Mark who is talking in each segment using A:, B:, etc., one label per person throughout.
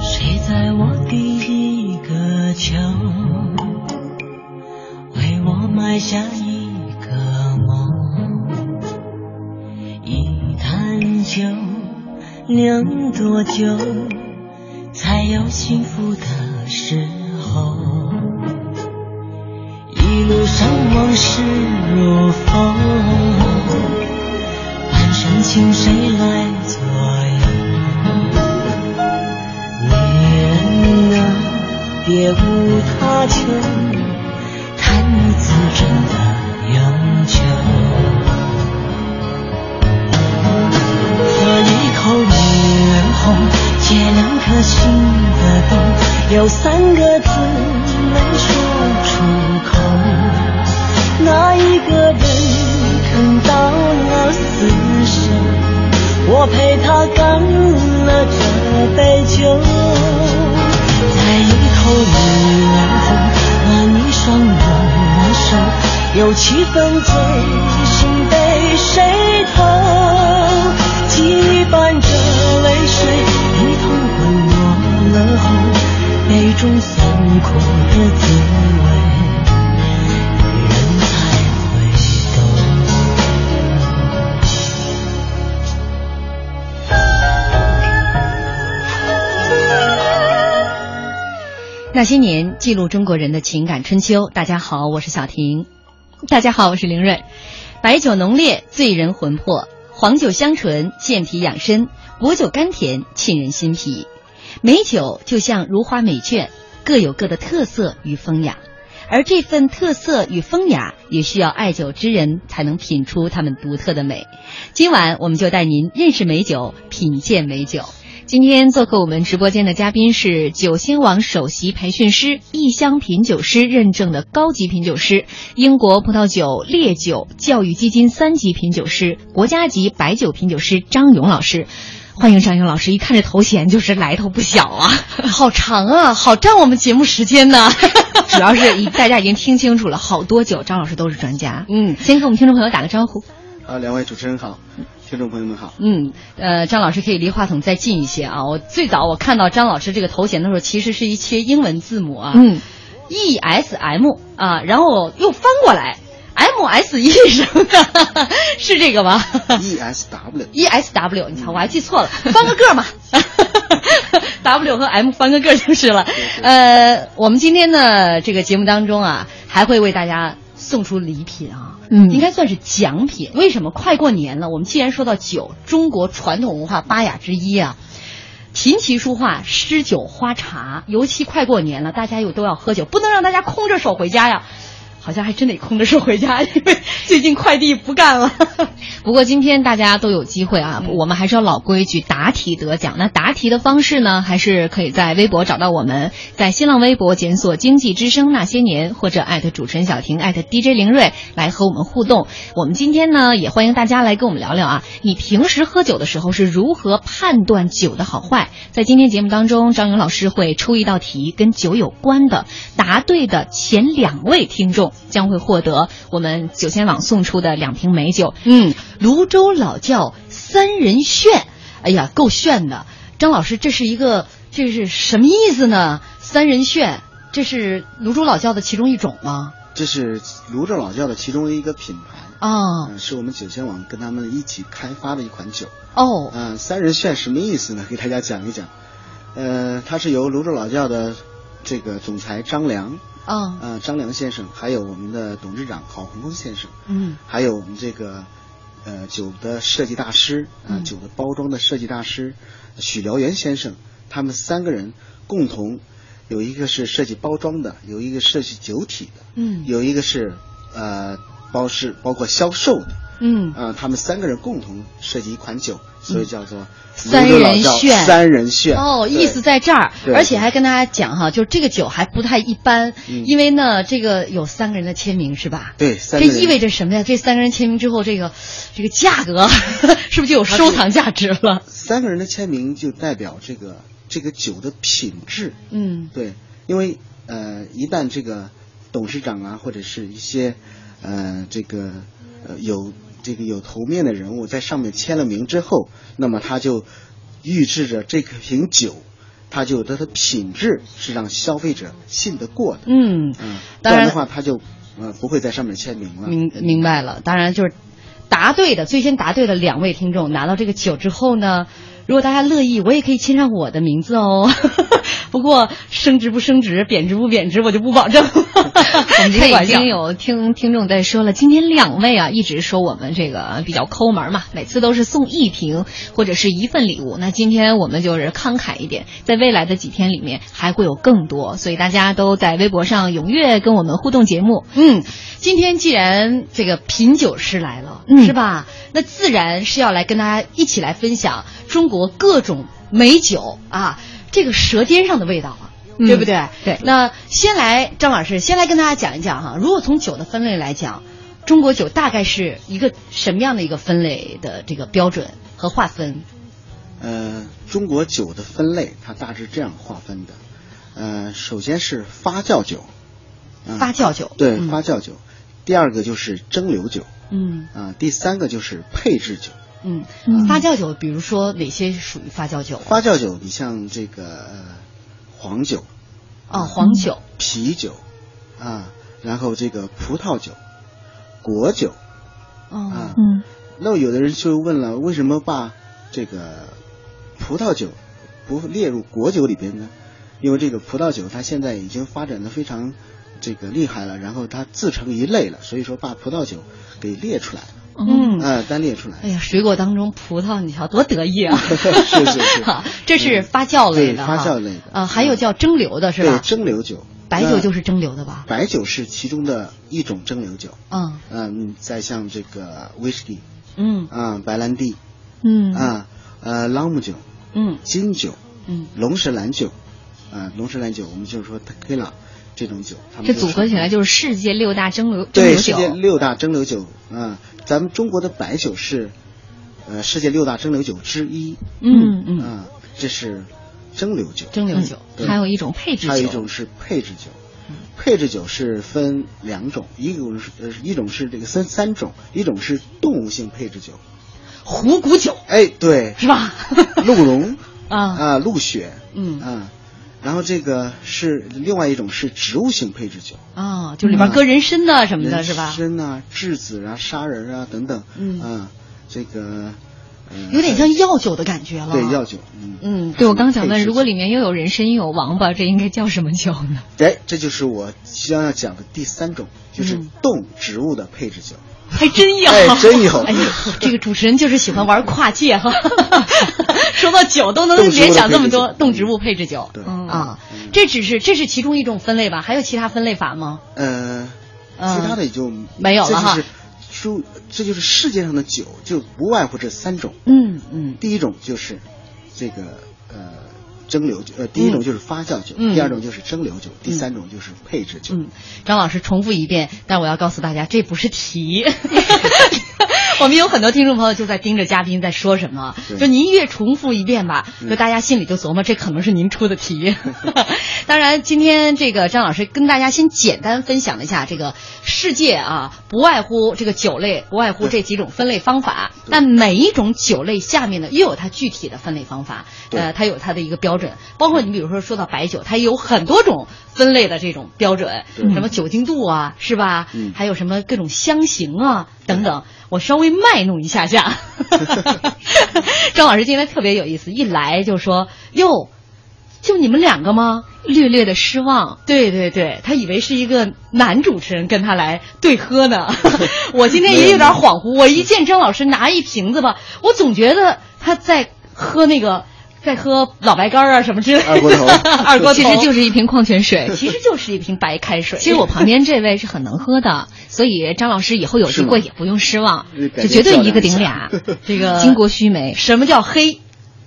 A: 谁在我第一个秋，为我埋下一个梦？一坛酒酿多久，才有幸福的时候？一路上往事如风，半生情谁来左右？女人啊，别无他求，看你自真的永久。喝一口女人红，解两颗心的冻，有三个字能说出口，哪一个人肯到了死守？我陪他干了这杯酒。再一口女人红，挽一双冷的手，有七分醉，心被谁偷？羁绊着泪水，一同滚落了喉，杯中酸苦的滋味，女人才会懂。
B: 那些年，记录中国人的情感春秋。大家好，我是小婷。大家好，我是凌睿。白酒浓烈，醉人魂魄；黄酒香醇，健脾养身；果酒甘甜，沁人心脾。美酒就像如花美眷，各有各的特色与风雅，而这份特色与风雅，也需要爱酒之人才能品出它们独特的美。今晚，我们就带您认识美酒，品鉴美酒。
C: 今天做客我们直播间的嘉宾是酒仙网首席培训师、异乡品酒师认证的高级品酒师，英国葡萄酒、烈酒教育基金三级品酒师、国家级白酒品酒师张勇老师。欢迎张勇老师，一看这头衔就是来头不小啊，
B: 好长啊，好占我们节目时间呢。
C: 主要是 已大家已经听清楚了，好多酒张老师都是专家。
B: 嗯
C: 先给我们听众朋友打个招呼。
D: 啊，两位主持人好，听众朋友们好。
B: 嗯，呃，张老师可以离话筒再近一些啊。我最早我看到张老师这个头衔的时候，其实是一些英文字母啊、
C: 嗯，
B: e S M 啊，然后我又翻过来 M S E 什么 的，是这个吗
D: E S W，
B: ？E S W，你瞧我还记错了，翻个个儿嘛。W 和 M 翻个个儿就是了。呃，我们今天呢这个节目当中啊，还会为大家送出礼品啊。
C: 嗯
B: 应该算是奖品。为什么？快过年了，我们既然说到酒，中国传统文化八雅之一啊，琴棋书画、诗酒花茶，尤其快过年了，大家又都要喝酒，不能让大家空着手回家呀。好像还真得空着手回家，因为最近快递不干了。 嗯
C: 不过今天大家都有机会啊，我们还是要老规矩，答题得奖。那答题的方式呢，还是可以在微博找到我们，在新浪微博检索“经济之声那些年”或者艾特主持人小婷艾特 DJ 凌睿来和我们互动。我们今天呢，也欢迎大家来跟我们聊聊啊，你平时喝酒的时候是如何判断酒的好坏？在今天节目当中，张勇老师会出一道题跟酒有关的，答对的前两位听众将会获得我们酒仙网送出的两瓶美酒。
B: 嗯，泸州老窖三人炫，哎呀，够炫的。张老师，这是一个，这是什么意思呢？三人炫，这是泸州老窖的其中一种吗？
D: 这是泸州老窖的其中一个品牌。
C: 哦
B: 啊
D: 嗯，是我们酒仙网跟他们一起开发的一款酒。
C: 哦，
D: 嗯、三人炫什么意思呢？给大家讲一讲。呃，它是由泸州老窖的这个总裁张良，
C: 嗯
D: 呃，张良先生，还有我们的董事长郝鸿峰先生，
C: 嗯，
D: 还有我们这个呃酒的设计大师啊、
C: 嗯
D: 酒的包装的设计大师许燎原先生，他们三个人共同有一个是设计包装的，有一个设计酒体的，
C: 嗯
D: 有一个是呃包是包括销售的，
C: 嗯
D: 啊、他们三个人共同设计一款酒，所以叫做
B: 嗯三
D: 泸州老
B: 人
D: 窖
B: 炫
D: 三人炫
B: 哦，
D: 对
B: 意思在这儿，
D: 对
B: 而且还跟大家讲哈，就是这个酒还不太一般，
D: 嗯
B: 因为呢，这个有三个人的签名是吧？
D: 对三
B: 这
D: 个人
B: 意味着什么呀？这三个人签名之后，这个这个价格 是不是就有收藏价值了？
D: 三个人的签名就代表这个这个酒的品质，
B: 嗯
D: 对，因为呃，一旦这个董事长啊，或者是一些呃这个呃有这个有头面的人物在上面签了名之后，那么他就预制着这瓶酒，它就有它的品质是让消费者信得过的，
B: 嗯，
D: 嗯，不
B: 当然
D: 然的话他就呃不会在上面签名了，
B: 明明白了。当然就是答对的，最先答对的两位听众拿到这个酒之后呢，如果大家乐意，我也可以签上我的名字哦。 不过升值不升值，贬值不贬值，我就不保证了。
C: 我们
B: 开
C: 这个
B: 玩
C: 已
B: 笑
C: 经有听听众在说了，今天两位啊一直说我们这个比较抠门嘛，每次都是送一瓶或者是一份礼物。那今天我们就是慷慨一点，在未来的几天里面还会有更多，所以大家都在微博上踊跃跟我们互动节目。
B: 嗯，今天既然这个品酒师来了，
C: 嗯
B: 是吧？那自然是要来跟大家一起来分享中国各种美酒啊，这个舌尖上的味道啊，
C: 嗯
B: 对不对？
C: 对
B: 那先来，张老师先来跟大家讲一讲哈、如果从酒的分类来讲，中国酒大概是一个什么样的一个分类的这个标准和划分？
D: 呃，中国酒的分类，它大致这样划分的。呃，首先是发酵酒，啊
B: 发酵酒
D: 对、
B: 嗯
D: 发酵酒，第二个就是蒸馏酒，
B: 嗯
D: 啊、第三个就是配制酒。
B: 嗯
C: 嗯，
B: 发酵酒，比如说哪些属于发酵酒？哦
D: 发酵酒，你像这个、呃、黄酒、
C: 嗯
B: 啊，黄酒。
D: 啤酒，啊，然后这个葡萄酒、果酒，
B: 哦
D: 啊，
C: 嗯
D: 那有的人就问了，为什么把这个葡萄酒不列入果酒里边呢？因为这个葡萄酒它现在已经发展的非常这个厉害了，然后它自成一类了，所以说把葡萄酒给列出来了，
C: 嗯，
D: 呃，单列出来。
B: 哎呀，水果当中葡萄，你瞧多得意啊！
D: 是是是
B: 好这是发酵类的
D: 嗯对
B: 哈，
D: 发酵类的
B: 啊，还有叫蒸馏的是
D: 对，
B: 吧？
D: 蒸馏酒，
B: 白酒就是是蒸馏的吧？
D: 白酒是其中的一种蒸馏酒。
B: 嗯
D: 嗯，再像这个威士忌，
B: 嗯
D: 啊、白兰地，
C: 嗯
D: 啊、呃，朗姆酒，
B: 嗯
D: 金酒，
B: 嗯，
D: 龙舌兰酒，啊、龙舌兰酒，我们就是说 tequila 这种酒，他们
C: 这
D: 就
C: 组合
D: 是
C: 起来就是世界六大蒸馏蒸
D: 对
C: 馏
D: 世界
C: 酒。
D: 六大蒸馏酒啊、咱们中国的白酒是呃世界六大蒸馏酒之一，
C: 嗯
D: 啊、
C: 嗯，
D: 这是蒸馏酒，嗯
B: 蒸馏酒。
D: 对
C: 还有一种配置
D: 还有一
C: 酒，
D: 种是配制酒。配制酒是分两种，一种是呃一种是这个三三种，一种是动物性配制酒，
B: 虎骨酒
D: 哎，对，
B: 是吧？
D: 鹿茸
B: 啊，
D: 啊，鹿血，
B: 嗯
D: 啊，然后这个是另外一种是植物性配制酒，
B: 啊，就里边搁人参呐什么的，是吧？
D: 人参啊、栀子啊、砂仁啊等等，
B: 嗯
D: 啊，这个，嗯
B: 有点像药酒的感觉了。
D: 对药酒，嗯
B: 嗯
C: 对我刚想
D: 配
C: 问，
D: 置
C: 如果里面又有人参又有王八，这应该叫什么酒呢？
D: 哎，这就是我即将要讲的第三种，就是
B: 嗯
D: 动植物的配制酒，
B: 还真有，
D: 哎真有
B: 哎呀，这个主持人就是喜欢玩跨界 哈，说到酒都能
D: 动植物的
B: 联想这么多
D: 配置酒
B: 动植物配置酒，
D: 对
C: 嗯
B: 啊，这只是这是其中一种分类吧？还有其他分类法吗？
D: 呃，
B: 嗯
D: 其他的也就
B: 没有了哈
D: 这就是书，这就是世界上的酒，就不外乎这三种，
B: 嗯嗯
D: 第一种就是这个呃蒸馏酒，呃，第一种就是发酵酒，
B: 嗯
D: 第二种就是蒸馏酒，第三种就是配制酒。
B: 嗯，张老师重复一遍，但我要告诉大家，这不是 题。 我们有很多听众朋友就在盯着嘉宾在说什么，
D: 对
B: 就您越重复一遍吧，
D: 嗯
B: 就大家心里就琢磨这可能是您出的题。当然，今天这个张老师跟大家先简单分享了一下这个世界啊，不外乎这个酒类，不外乎这几种分类方法。但每一种酒类下面呢，又有它具体的分类方法，呃，
D: 对
B: 它有它的一个标准。包括你比如说说到白酒，它有很多种分类的这种标准，
D: 对
B: 什么酒精度啊，是吧？
D: 嗯
B: 还有什么各种香型啊等等。我稍微卖弄一下 下，张老师今天特别有意思，一来就说哟。就你们两个吗？
C: 略略的失望。
B: 对对对，他以为是一个男主持人跟他来对喝 呢。我今天也有点恍惚，我一见张老师拿一瓶子吧，我总觉得他在喝那个，在喝老白干儿啊什么之类的。
D: 二锅头
B: 二锅头。
C: 其实就是一瓶矿泉水
B: 其实就是一瓶白开水。
C: 其实我旁边这位是很能喝的，所以张老师以后有机
D: 是吗
C: 会也不用失望，
D: 改天
C: 就绝对一个顶
D: 较
C: 俩
D: 量一 下。
B: 这个
C: 巾帼须眉，
B: 啊什么叫黑？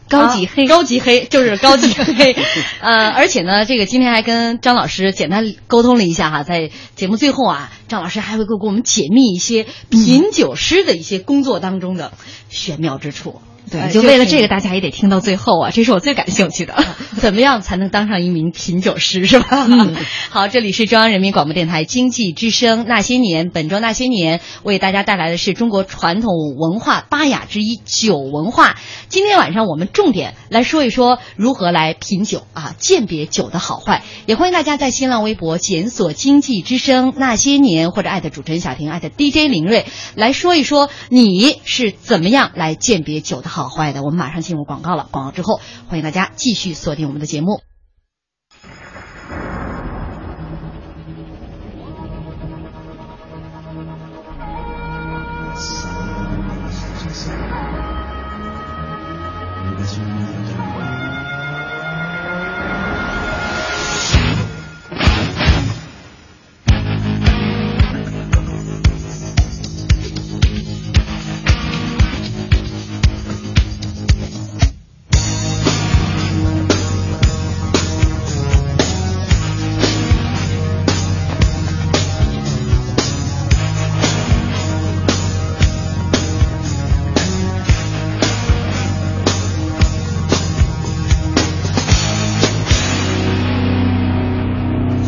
C: 高级黑
B: 啊高级黑就是高 级黑，呃，而且呢，这个今天还跟张老师简单沟通了一下哈，在节目最后啊，张老师还会给我们解密一些品酒师的一些工作当中的玄妙之处。
C: 对，
B: 哎
C: 就为了这
B: 是嗯
C: 个，大家也得听到最后啊，这是我最感兴趣的。
B: 怎么样才能当上一名品酒师是吧？
C: 嗯
B: 好，这里是中央人民广播电台经济之声《那些年》，本周《那些年》为大家带来的是中国传统文化八雅之一酒文化。今天晚上我们重点来说一说如何来品酒啊，鉴别酒的好坏。也欢迎大家在新浪微博检索“经济之声那些年”或者艾特主持人小婷艾特 DJ 林睿来说一说你是怎么样来鉴别酒的好坏的。我们马上进入广告了，广告之后欢迎大家继续锁定我们的节目。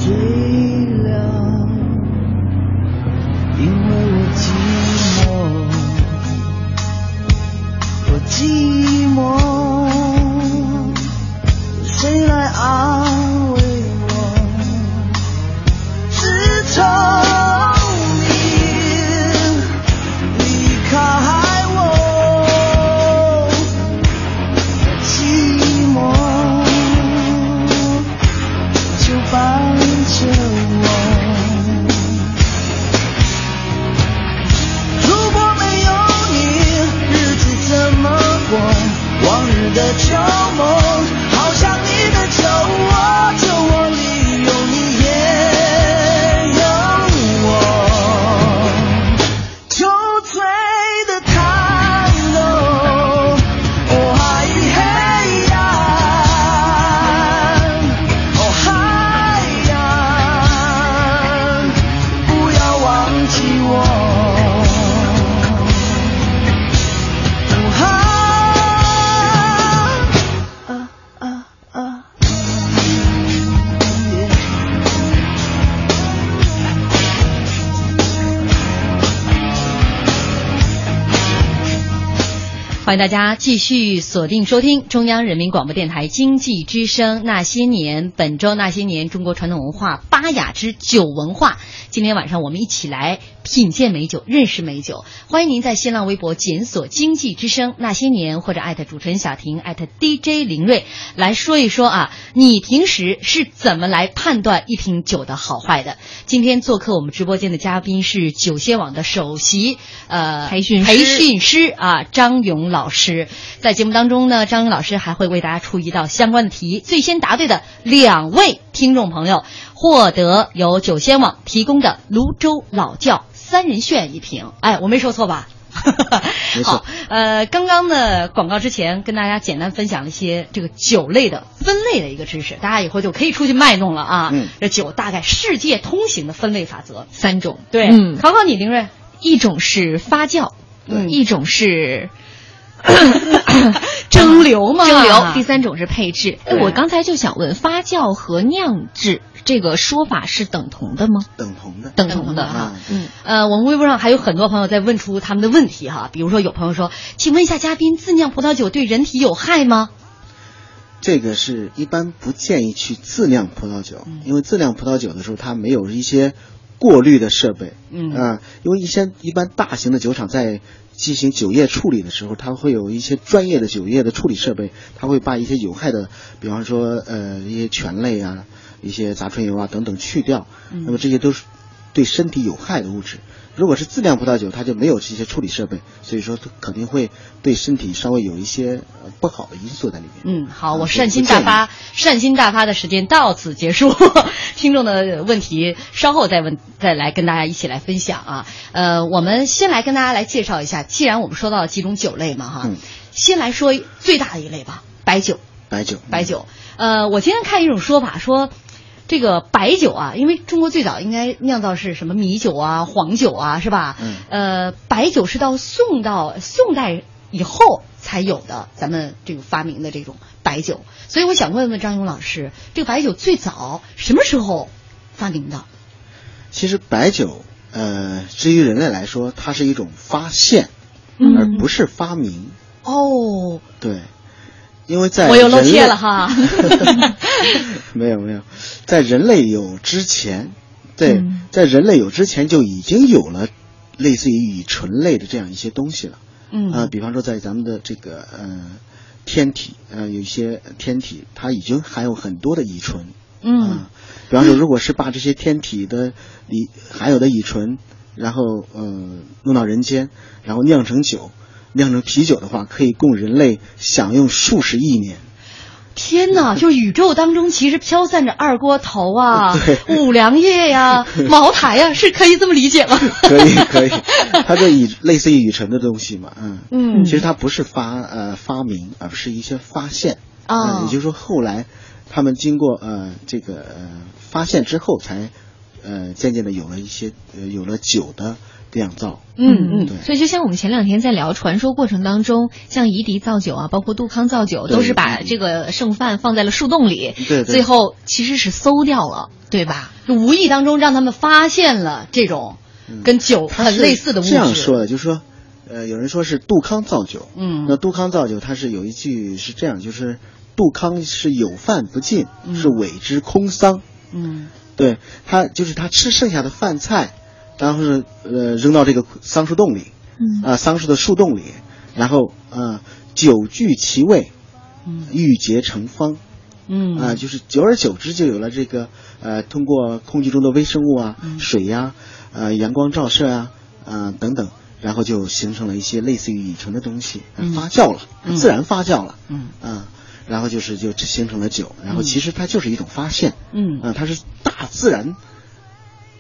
A: 醉了，因为我寂寞，我寂寞，谁来安慰我？自从你离开我，寂寞。就伴着我。如果没有你，日子怎么过？往日的旧梦，好像你的酒窝，酒窝里有你也有我，酒醉的探头，哦嗨嘿呀。哦嗨呀，不要忘记我。哦嗨，啊啊啊！
B: 欢迎大家继续锁定收听中央人民广播电台经济之声《那些年》，本周《那些年》中国传统文化八雅之酒文化。今天晚上我们一起来品鉴美酒，认识美酒。欢迎您在新浪微博检索“经济之声那些年”或者艾特主持人小婷艾特 DJ 林睿来说一说啊，你平时是怎么来判断一瓶酒的好坏的？今天做客我们直播间的嘉宾是酒仙网的首席呃
C: 培训师
B: 培训。训师啊，张勇老师。在节目当中呢，张勇老师还会为大家出一道相关的题，最先答对的两位听众朋友获得由九仙网提供的泸州老窖三人炫一瓶。哎，我没说错吧？
D: 没错
B: 好，呃，刚刚呢，广告之前跟大家简单分享了一些这个酒类的分类的一个知识，大家以后就可以出去卖弄了啊。
D: 嗯
B: 这酒大概世界通行的分类法则，
C: 三种，
B: 对，
C: 嗯，
B: 考考你，林睿，
C: 一种是发酵，
B: 对
C: 一种是
B: 蒸馏嘛，啊
C: 蒸馏。第三种是配制。哎，
D: 对
C: 我刚才就想问，发酵和酿制这个说法是等同的吗？
D: 等同的。
C: 等同的哈
D: 啊。
B: 嗯，呃，我们微博上还有很多朋友在问出他们的问题哈，比如说有朋友说，请问一下嘉宾，自酿葡萄酒对人体有害吗？
D: 这个是一般不建议去自酿葡萄酒，
B: 嗯
D: 因为自酿葡萄酒的时候，它没有一些过滤的设备。
B: 嗯
D: 啊、因为一些一般大型的酒厂在进行酒液处理的时候，它会有一些专业的酒液的处理设备，它会把一些有害的，比方说呃一些醛类啊、一些杂醇油啊等等去掉。
B: 嗯
D: 那么这些都是对身体有害的物质。如果是自酿葡萄酒，它就没有这些处理设备，所以说它肯定会对身体稍微有一些呃不好的因素在里面。
B: 嗯，好，
D: 啊
B: 我
D: 所以
B: 善
D: 不
B: 心大
D: 建议
B: 发，善心大发的时间到此结束。 听众的问题稍后再问，再来跟大家一起来分享啊。呃，我们先来跟大家来介绍一下，既然我们说到了几种酒类嘛哈，
D: 嗯
B: 先来说最大的一类吧，白酒。
D: 白酒，嗯
B: 白酒。呃，我今天看一种说法说。这个白酒啊，因为中国最早应该酿造是什么米酒啊、黄酒啊，是吧？
D: 嗯
B: 呃，白酒是到宋到宋代以后才有的，咱们这个发明的这种白酒。所以我想问问张勇老师，这个白酒最早什么时候发明的？
D: 其实白酒，呃，至于人类来说，它是一种发现，
B: 嗯
D: 而不是发明。
B: 哦，
D: 对，因为在
B: 我又露
D: 人类
B: 怯了哈
D: 没有没有，在人类有之前，对，
B: 嗯
D: 在人类有之前就已经有了类似于乙醇类的这样一些东西了。
B: 嗯
D: 啊、比方说在咱们的这个呃天体，呃，有一些天体它已经含有很多的乙醇。
B: 嗯
D: 啊比方说，如果是把这些天体的里含有的乙醇，然后呃弄到人间，然后酿成酒，酿成啤酒的话，可以供人类享用数十亿年。
B: 天 呐，就是宇宙当中其实飘散着二锅头啊、
D: 对
B: 五粮液 呀、茅台呀、是可以这么理解吗？
D: 可以可以，它这乙类似于乙醇的东西嘛，嗯
B: 嗯
D: 其实它不是发呃发明，而是一些发现
B: 哦
D: 嗯也就是说后来他们经过呃这个呃发现之后才呃渐渐的有了一些呃有了酒的酿造，
C: 嗯
D: 对
C: 嗯，所以就像我们前两天在聊传说过程当中，像夷狄造酒啊，包括杜康造酒，
D: 对
C: 都是把
D: 嗯
C: 这个剩饭放在了树洞里，
D: 对对
C: 最后其实是馊掉了，对吧？
B: 就无意当中让他们发现了这种跟酒
D: 它
B: 很
D: 嗯是
B: 类似的物质。
D: 这样说的，就是说，呃，有人说是杜康造酒，
B: 嗯
D: 那杜康造酒，它是有一句是这样，就是杜康是有饭不进，是伪之空丧。
B: 嗯，
D: 对他就是他吃剩下的饭菜，然后是呃扔到这个桑树洞里，
C: 嗯
D: 啊、桑树的树洞里，然后呃酒具其味，
B: 嗯
D: 郁结成方。
B: 嗯
D: 啊、就是久而久之就有了这个呃，通过空气中的微生物啊、
B: 嗯
D: 水呀、呃阳光照射啊、啊、等等，然后就形成了一些类似于乙醇的东西，呃发酵了，自然发酵了，
B: 嗯
D: 啊、然后就是就形成了酒，然后其实它就是一种发现，
B: 嗯
D: 啊、它是大自然，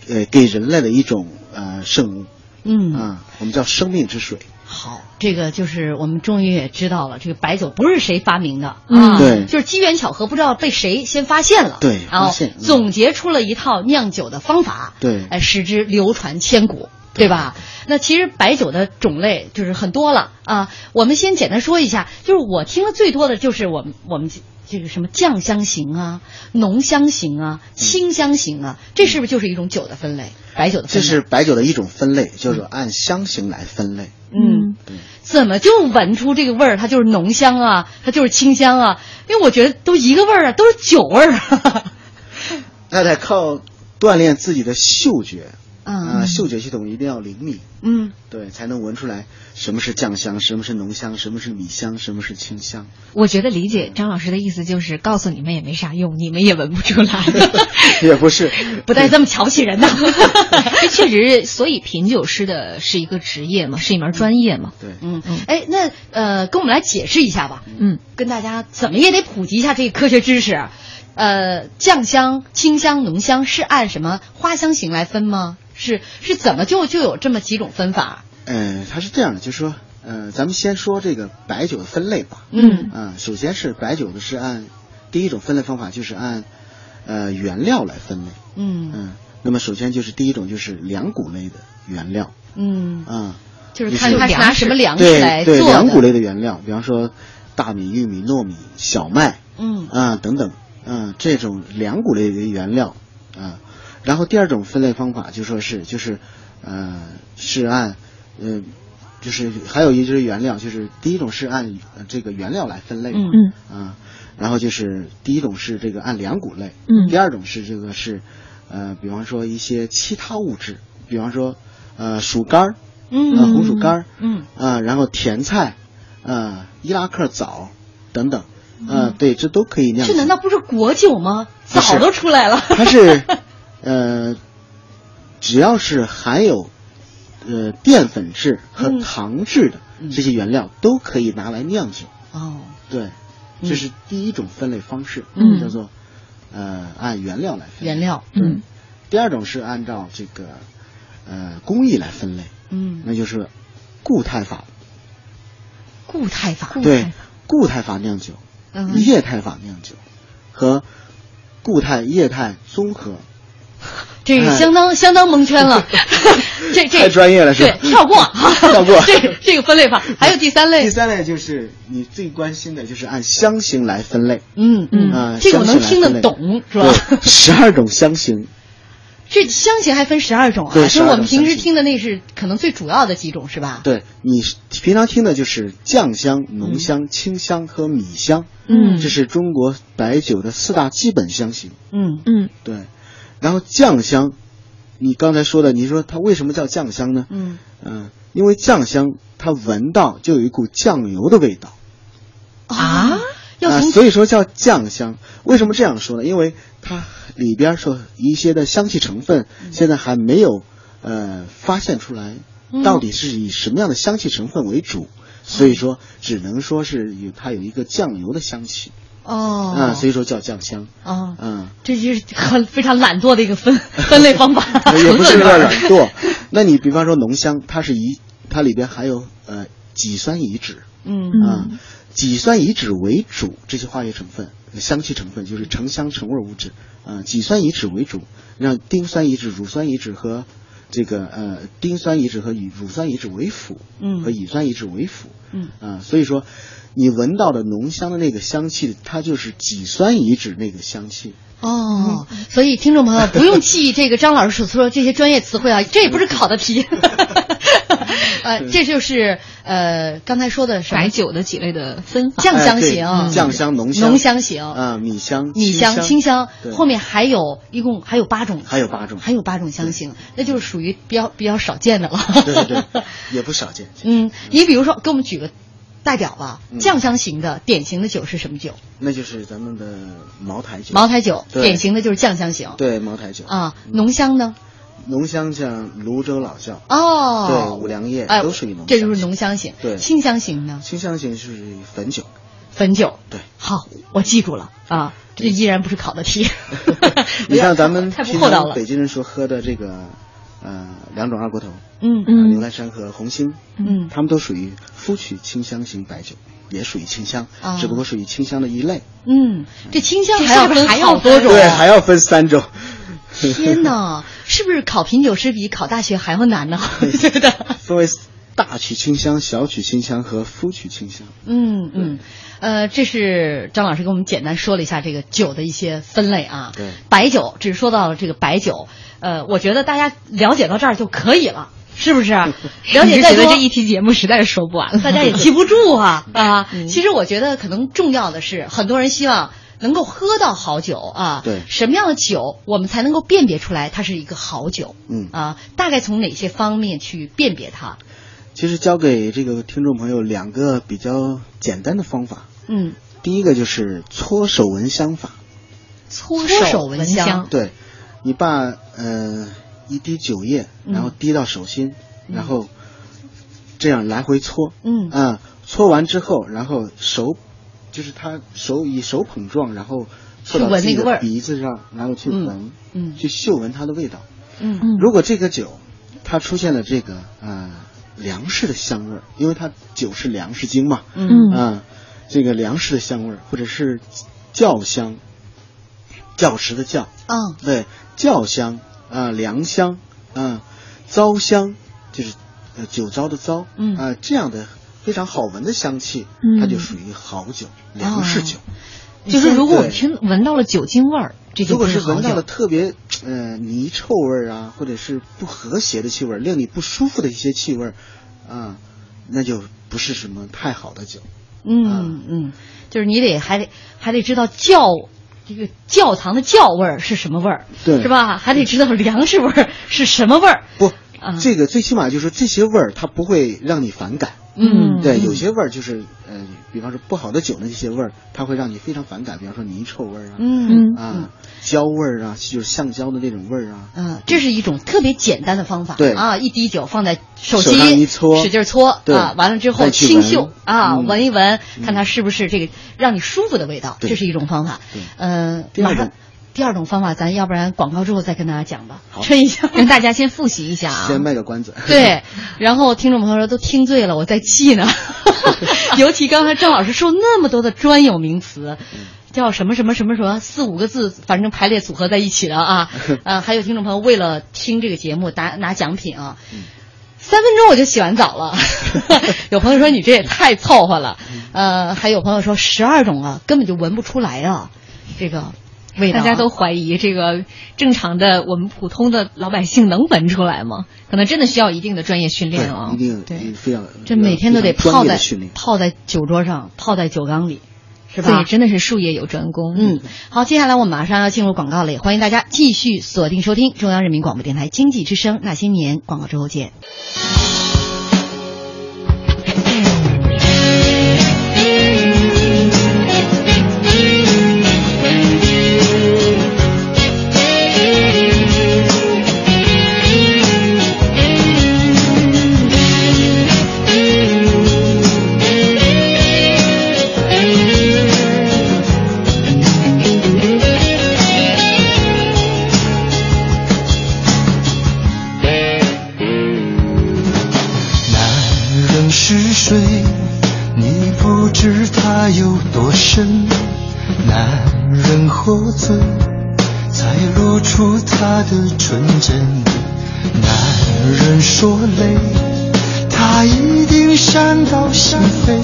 D: 呃，给人类的一种呃圣物，
B: 嗯
D: 啊、我们叫生命之水，
B: 好，这个就是我们终于也知道了，这个白酒不是谁发明的、啊，
C: 嗯
D: 对
B: 就是机缘巧合，不知道被谁先发现了，
D: 对
B: 然后
D: 发现嗯
B: 总结出了一套酿酒的方法，
D: 对
B: 哎，使之流传千古。对吧？那其实白酒的种类就是很多了啊。我们先简单说一下，就是我听的最多的就是我们我们这这个什么酱香型啊、浓香型啊、清香型啊，这是不是就是一种酒的分类？白酒的分类
D: 这是白酒的一种分类，就是按香型来分类。
B: 嗯，怎么就闻出这个味儿？它就是浓香啊，它就是清香啊，因为我觉得都一个味儿啊，都是酒味儿啊。
D: 那得靠锻炼自己的嗅觉，
B: 嗯
D: 啊、嗅觉系统一定要灵敏，
B: 嗯，
D: 对，才能闻出来什么是酱香，什么是浓香，什么是米香，什么是清香。
C: 我觉得理解张老师的意思就是告诉你们也没啥用，你们也闻不出来。
D: 也不是，
B: 不带这么瞧不起 人的。
C: 这确实是，所以品酒师的是一个职业嘛，是一门专业嘛。
D: 对，
B: 嗯，哎，那呃，跟我们来解释一下吧，
C: 嗯，
B: 跟大家怎么也得普及一下这个科学知识。啊呃，酱香、清香、浓香是按什么花香型来分吗？是是怎么就就有这么几种分法？
D: 呃，它是这样的，就是说，呃，咱们先说这个白酒的分类吧。
B: 嗯
D: 啊、首先是白酒的是按第一种分类方法，就是按呃原料来分类。
B: 嗯
D: 嗯，那么首先就是第一种就是两谷类的原料
B: 嗯，
D: 啊、
B: 就是
D: 就
B: 看
D: 是
B: 它拿什么粮食来
D: 对对
B: 做
D: 粮谷
B: 的。
D: 类的原料，比方说大米、玉米、糯米、小麦，
B: 嗯
D: 啊等等，嗯、这种粮谷类为原料啊、然后第二种分类方法就说是就是，呃，是按，呃，就是还有一就是原料，就是第一种是按呃这个原料来分类嘛，
B: 嗯
D: 啊，然后就是第一种是这个按粮谷类，
B: 嗯
D: 第二种是这个是，呃，比方说一些其他物质，比方说呃薯干儿，
B: 嗯
D: 啊红薯干儿，
B: 嗯，
D: 啊，然后甜菜，啊，伊拉克枣等等，啊，对，这都可以
B: 嗯
D: 酿。
B: 这难道不是果酒吗？
D: 不是
B: 早都出来了。
D: 它是，呃，只要是含有呃淀粉质
B: 嗯
D: 和糖质的、这些原料，都可以拿来酿酒。
B: 哦，
D: 对，这是第一种分类方式，
B: 嗯
D: 叫做呃按原料来分类
B: 原。料，
D: 嗯，第二种是按照这个呃工艺来分类，
B: 嗯，
D: 那就是固态法。
B: 固态法，
D: 对，固态法酿酒、
B: 嗯
D: 液态法酿酒和固态、液态综合。
B: 这是
D: 哎
B: 相当相当蒙圈 了。这这
D: 太专业了是吧
B: 对，跳过，
D: 跳过
B: 这个这个分类法，还有第三类
D: 第，三类就是你最关心的，就是按香型来分类。
B: 嗯
D: 啊
B: 嗯，这个我能听得懂，是吧？
D: 十二种香型，
B: 这香型还分十二种啊，
D: 对
B: 就是
D: 12
B: 我们平
D: 种
B: 时
D: 香型
B: 听的那是可能最主要的几种，是吧？
D: 对你平常听的就是酱香、浓香、清香和米香，
B: 嗯
D: 这是中国白酒的四大基本香型。
B: 嗯
C: 嗯
D: 对，然后酱香，你刚才说的，你说它为什么叫酱香呢？
B: 嗯
D: 嗯，因为酱香它闻到就有一股酱油的味道
B: 啊，
D: 啊、
B: 要从
D: 所以说叫酱香。为什么这样说呢？因为它里边所一些的香气成分
B: 嗯
D: 现在还没有呃发现出来，
B: 嗯
D: 到底是以什么样的香气成分为
B: 哦
D: 主。所以说，只能说是有它有一个酱油的香气啊、
B: 哦
D: 所以说叫酱香。
B: 哦，
D: 嗯，
B: 这就是很非常懒惰的一个分分类方法，
D: 也不是有
B: 纯懒
D: 点懒惰。那你比方说浓香，它是乙，它里边含有呃己酸乙酯，
B: 嗯
D: 啊，己酸乙酯为主，这些化学成分、呃香气成分就是成香成味物质，啊，己酸乙酯为主，让丁酸乙酯、乳酸乙酯和这个呃丁酸乙酯和乙乳酸乙酯为辅，
B: 嗯
D: 和乙酸乙酯为辅，
B: 嗯，
D: 啊，所以说你闻到的浓香的那个香气，它就是己酸乙酯那个香气，
B: 哦，所以听众朋友不用记这个张老师所说的这些专业词汇啊，这也不是考的题。 呃，这就是呃刚才说的什么
C: 白酒的几类的分法，
B: 酱香
D: 哎对
B: 型、
D: 酱香浓香
B: 浓香型
D: 啊米香
B: 米
D: 清香
B: 清香，
D: 对
B: 后面还有一共还有八种，
D: 还有八种
B: 还有八种香型，那就是属于比较比较少见的了。
D: 对对对，也不少见。
B: 嗯，你比如说给我们举个代表吧，
D: 嗯
B: 酱香型的典型的酒是什么酒？
D: 那就是咱们的茅台酒，
B: 茅台酒，
D: 对
B: 典型的就是酱香型。
D: 对茅台酒，
B: 啊，浓香呢？
D: 浓香像泸州老窖，
B: 哦，
D: 对五粮液
B: 哎
D: 都属于浓香型
B: 这就是浓香型。
D: 对
B: 清香型呢，
D: 清香型是汾酒，
B: 汾酒。
D: 对。。
B: 好，我记住了啊，这依然不是考的题
D: 你像咱们
B: 哎 太不
D: 平
B: 厚道
D: 常
B: 了
D: 北。京人说喝的这个，呃，两种二锅头，
B: 嗯
D: 嗯，牛栏山和红星，
B: 嗯
D: 他们都属于麸曲清香型白酒，也属于清香
B: 啊，
D: 只不过属于清香的一类，
B: 嗯，这清香
C: 这
B: 还要
C: 是不是
B: 分
C: 还要
B: 好多
C: 分
B: 种啊。
D: 对，还要分三种。
B: 天哪， 是不是考品酒师比考大学还要 难呢？我觉得。
D: 分为大曲清香、小曲清香和麸曲清香。
B: 嗯嗯，呃，这是张老师给我们简单说了一下这个酒的一些分类啊。
D: 对
B: 白酒只说到了这个白酒，呃，我觉得大家了解到这儿就可以了，是 不是？了解
C: 你就
B: 再
C: 觉
B: 多
C: 得，这一期节目实在是说不完 了。
B: 大家也记不住啊
C: 嗯
B: 啊！其实我觉得可能重要的是，很多人希望。能够喝到好酒啊，
D: 对
B: 什么样的酒我们才能够辨别出来它是一个好酒？
D: 嗯
B: 啊，大概从哪些方面去辨别它？
D: 其实教给这个听众朋友两个比较简单的方法，
B: 嗯，
D: 第一个就是搓手闻香法，
B: 搓
C: 手
B: 手闻
C: 闻
B: 香
C: 香，
D: 对，你把呃一滴酒液，
B: 嗯
D: 然后滴到手心，然后这样来回搓，
B: 嗯
D: 啊、搓完之后，然后手就是他手以手捧状，然后搓到
B: 去闻
D: 自己
B: 那个味
D: 的
B: 儿
D: 鼻子上，然后去
B: 嗯
D: 闻，
B: 嗯
D: 去嗅闻它的味道。
B: 嗯
D: 如果这个酒它出现了这个呃粮食的香味儿，因为它酒是粮食精嘛，
B: 嗯
D: 啊，这个粮食的香味儿，或者是窖香，窖石的窖，
C: 哦
B: 嗯
D: 对，窖香啊、粮香啊、糟香，就是呃酒糟的糟，
B: 嗯
D: 啊、这样的非常好闻的香气，
C: 嗯
D: 它就属于好酒、粮食酒。
C: 就是如果我们
D: 对
C: 听闻到了酒精味儿，这就
D: 如果
C: 不
D: 是
C: 好
D: 闻到
C: 酒
D: 了特别呃泥臭味儿啊，或者是不和谐的气味儿，令你不舒服的一些气味儿，啊、那就不是什么太好的酒。
B: 嗯嗯，就是你得还得还得知道窖这个窖藏的窖味儿是什么味儿，
D: 对
B: 是吧？还得知道粮食味儿是什么味儿。
D: 不，
B: 啊
D: 这个最起码就是这些味儿，它不会让你反感。
C: 嗯
D: 对，有些味儿就是呃，比方说不好的酒的这些味儿，它会让你非常反感，比方说泥臭味儿啊，
B: 嗯
C: 嗯
D: 啊，焦味儿啊，就是橡胶的那种味儿啊。
B: 嗯，这是一种特别简单的方法。
D: 对
B: 啊，一滴酒放在手
D: 手
B: 机
D: 上一搓
B: 使劲搓，
D: 对
B: 啊，完了之后
D: 再去
B: 清
D: 闻
B: 嗅啊，
D: 嗯
B: 闻一闻，看它是不是这个让你舒服的味道，
D: 对
B: 这是一种方法
D: 对。
B: 嗯，
D: 第二
B: 马上
D: 种
B: 第二种方法，咱要不然广告之后再跟大家讲吧，
D: 好
B: 趁一 下。
C: 让大家先复习一下啊。
D: 先卖个关子。
B: 对，然后听众朋友说都听醉了，我在记呢。尤其刚才郑老师说那么多的专有名词，
D: 嗯
B: 叫什么什么什么什么四五个字，反正排列组合在一起的 啊。呃，还有听众朋友为了听这个节目拿拿奖品啊，
D: 嗯
B: 三分钟我就洗完澡 了。有朋友说你这也太凑合了，
D: 嗯
B: 呃，还有朋友说十二种啊，根本就闻不出来啊，这个味道啊、
C: 大家都怀疑这个正常的我们普通的老百姓能闻出来吗？可能真的需要一定的专 业训练啊、
D: 一定
C: 对
D: 一定非常
B: 这每天都得
D: 非常
B: 泡
D: 专业的
B: 在
D: 训练。
B: 泡在酒桌上，泡在酒缸里，是吧？
C: 所以真的是术业有专攻。
B: 嗯，好，接下来我们马上要进入广告了，也欢迎大家继续锁定收听中央人民广播电台经济之声《那些年》广告之后见。
E: 男人是水，你不知它有多深。男人喝醉，才露出他的纯真。男人说累，他一定伤到心扉。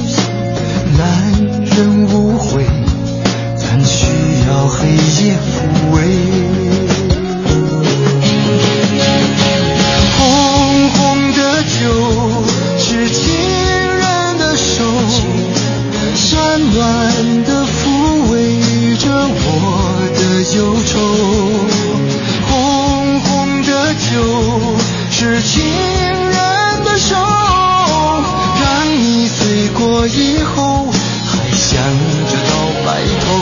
E: 男人无悔，但需要黑夜抚慰。红红的酒是情人的手，山暖的抚慰着我的忧愁。红红的酒是情人的手，让你醉过以后还想着到白头。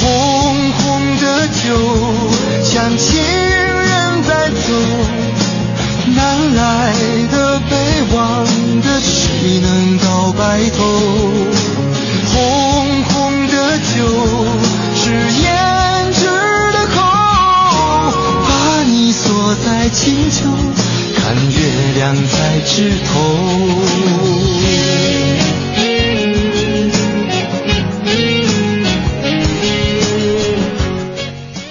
E: 红红的酒，像情人在走，南来的北往的，谁能到白头？红红的酒，是胭脂的口，把你锁在青丘，看月亮在枝头。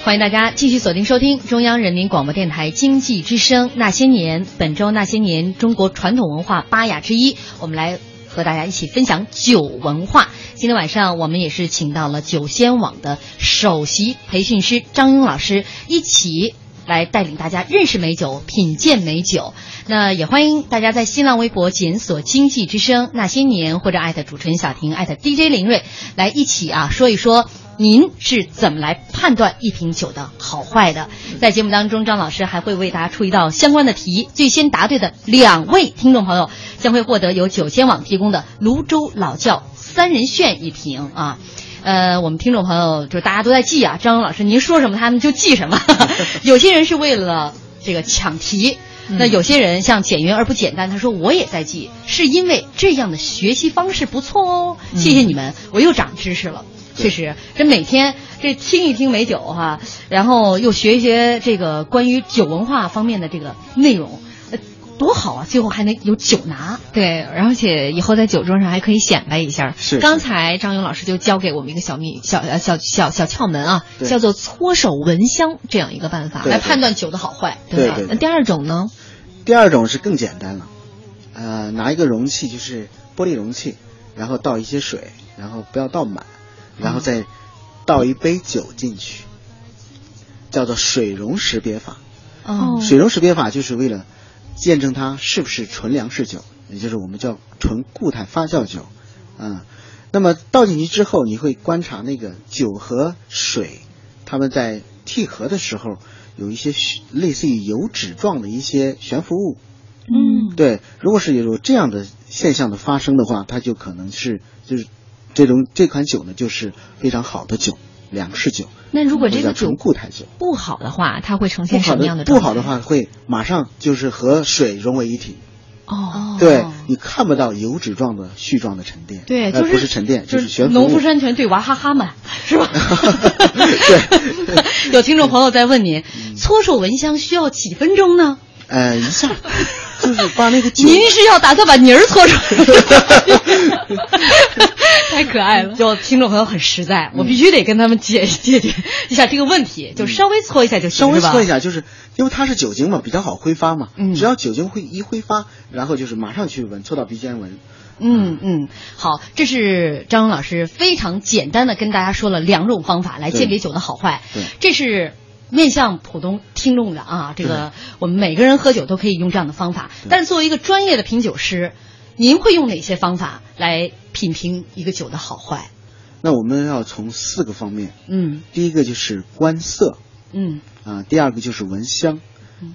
B: 欢迎大家继续锁定收听中央人民广播电台经济之声《那些年》，本周《那些年》中国传统文化八雅之一，我们来和大家一起分享酒文化。今天晚上我们也是请到了酒仙网的首席培训师张英老师一起。来带领大家认识美酒，品鉴美酒。那也欢迎大家在新浪微博检索“经济之声那些年”或者艾特主持人小婷艾特 DJ 林睿，来一起啊说一说您是怎么来判断一瓶酒的好坏的。在节目当中，张老师还会为大家出一道相关的题，最先答对的两位听众朋友将会获得由酒仙网提供的泸州老窖三人炫一瓶啊。呃，我们听众朋友就是大家都在记啊，张勇老师您说什么他们就记 什么。有些人是为了这个抢题，
C: 嗯
B: 那有些人像简云而不简单，他说我也在记，是因为这样的学习方式不错哦。
C: 嗯
B: 谢谢你们，我又长知识了。确实，这每天这听一听美酒哈、然后又学一学这个关于酒文化方面的这个内容，呃多好啊！最后还能有酒拿。
C: 对，而且以后在酒桌上还可以显摆一下。
D: 是
C: 刚才张勇老师就教给我们一个小秘小呃小小小窍门啊，
D: 对
C: 叫做搓手闻香这样一个办法
D: 对
C: 来
B: 来
C: 判
B: 判
C: 断。
B: 断酒的好坏。
D: 对
C: 吧
D: 对对
C: 那第二种呢？
D: 第二种是更简单了，呃，拿一个容器，就是玻璃容器，然后倒一些水，然后不要倒满，然后再倒一杯酒进去，叫做水溶识别法。
C: 哦
D: 水溶识别法就是为了验证它是不是纯粮食酒，也就是我们叫纯固态发酵酒。嗯，那么倒进去之后，你会观察那个酒和水，它们在替合的时候有一些虚类似于油脂状的一些悬浮物。
C: 嗯，
D: 对，如果是有这样的现象的发生的话，它就可能是就是这种这款酒呢，就是非常好的酒，粮食酒。
C: 那如果这
D: 或者
C: 个
D: 叫纯
C: 酒
D: 固态酒。
C: 不好的话，它会呈
D: 不
C: 现
D: 好
C: 什么样
D: 的
C: 状
D: 不
C: 态？
D: 好的话，会马上就是和水融为一体。
C: 哦，
D: 对你看不到油脂状的絮状的沉淀，
F: 对，
D: 呃
F: 就是、
D: 不是沉淀，就是悬浮物。
F: 农夫山泉对娃哈哈们 是吧？
D: 对，嗯
B: 有听众朋友在问您，搓手蚊香需要几分钟呢？
D: 呃，一下就是把那个酒，
B: 您是要打算把泥儿搓出 来？
F: 太可爱了。
B: 就听众朋友很实在，我必须得跟他们解解决一下这个问题，就嗯稍微搓一下就行，
D: 稍微
B: 是吧
D: 搓一。下，就是因为它是酒精嘛，比较好挥发嘛。
B: 嗯
D: 只要酒精会一挥发，然后就是马上去闻，搓到鼻尖闻。
B: 嗯嗯，好，这是张勇老师非常简单的跟大家说了两种方法来
D: 对
B: 鉴别酒的好坏
D: 对，
B: 这是。面向普通听众的啊，这个我们每个人喝酒都可以用这样的方法，但是作为一个专业的品酒师，您会用哪些方法来品评一个酒的好坏？
D: 那我们要从四个方面，
B: 嗯
D: 第一个就是观色
B: 嗯
D: 啊、第二个就是闻香，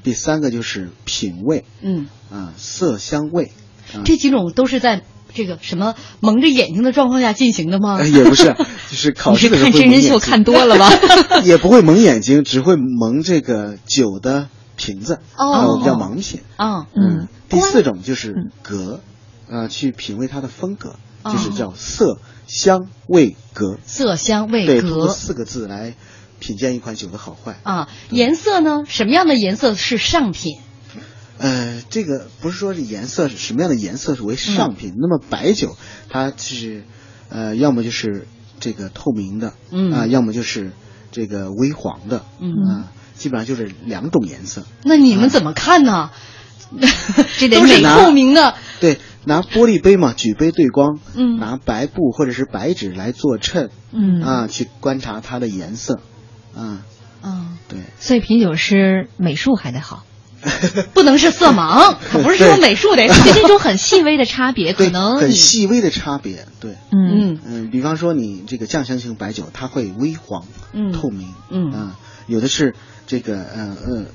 D: 第三个就是品味
B: 嗯，
D: 啊、色香味。啊
B: 这几种都是在这个什么蒙着眼睛的状况下进行的吗？
D: 呃 也不是，就是考
B: 啊 你
D: 试
B: 是
D: 的时
B: 看
D: 候会
B: 真人秀
D: 蒙眼睛
B: 看多了吧？
D: 也不会蒙眼睛，只会蒙这个酒的瓶子，
B: 哦嗯
D: 呃叫盲品。
B: 啊，
D: 嗯，第四种就是格，呃，去品味它的风格，
B: 哦
D: 就是叫色、香、味、格。
B: 色香味
D: 对，通过
B: 格
D: 四个字来品鉴一款酒的好坏。
B: 啊，颜色呢？什么样的颜色是上品？
D: 呃，这个不是说是颜色是什么样的颜色是为上
B: 嗯
D: 品，那么白酒它是呃，要么就是这个透明的，
B: 嗯
D: 啊、要么就是这个微黄的，
B: 嗯
D: 啊基本上就是两种颜色。
B: 那你们怎么看呢？
C: 这 得
B: 都是
D: 美啊
B: 透明的，
D: 对，拿玻璃杯嘛，举杯对光，
B: 嗯
D: 拿白布或者是白纸来做衬，
C: 嗯
D: 啊，去观察它的颜色，啊，
C: 嗯，
D: 对，
C: 所以品酒师美术还得好，
B: 不能是色 盲，可不是说
D: 对
B: 美术得
C: 就这种很细微的差别，可
D: 对，
C: 能
D: 很
C: 你
D: 细微的差别，对，
C: 嗯
B: 嗯
D: 嗯，比方说你这个酱香型白酒，它会微黄，
B: 嗯
D: 透明，
B: 嗯
D: 啊，有的是这个，呃呃，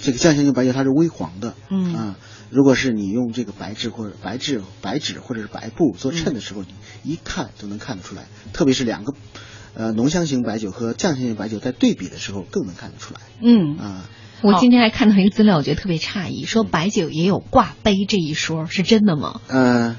D: 这个酱香型白酒它是微黄的，
B: 嗯
D: 啊，如果是你用这个白质或者白质白纸或者是白布做衬的时候，你一看就能看得出来，特别是两个，呃，浓香型白酒和酱香型白酒在对比的时候更能看得出来，
B: 嗯
D: 啊，
C: 我今天还看到一个资料，我觉得特别诧异，
D: 嗯
C: 说白酒也有挂杯这一说，是真的吗？
D: 呃，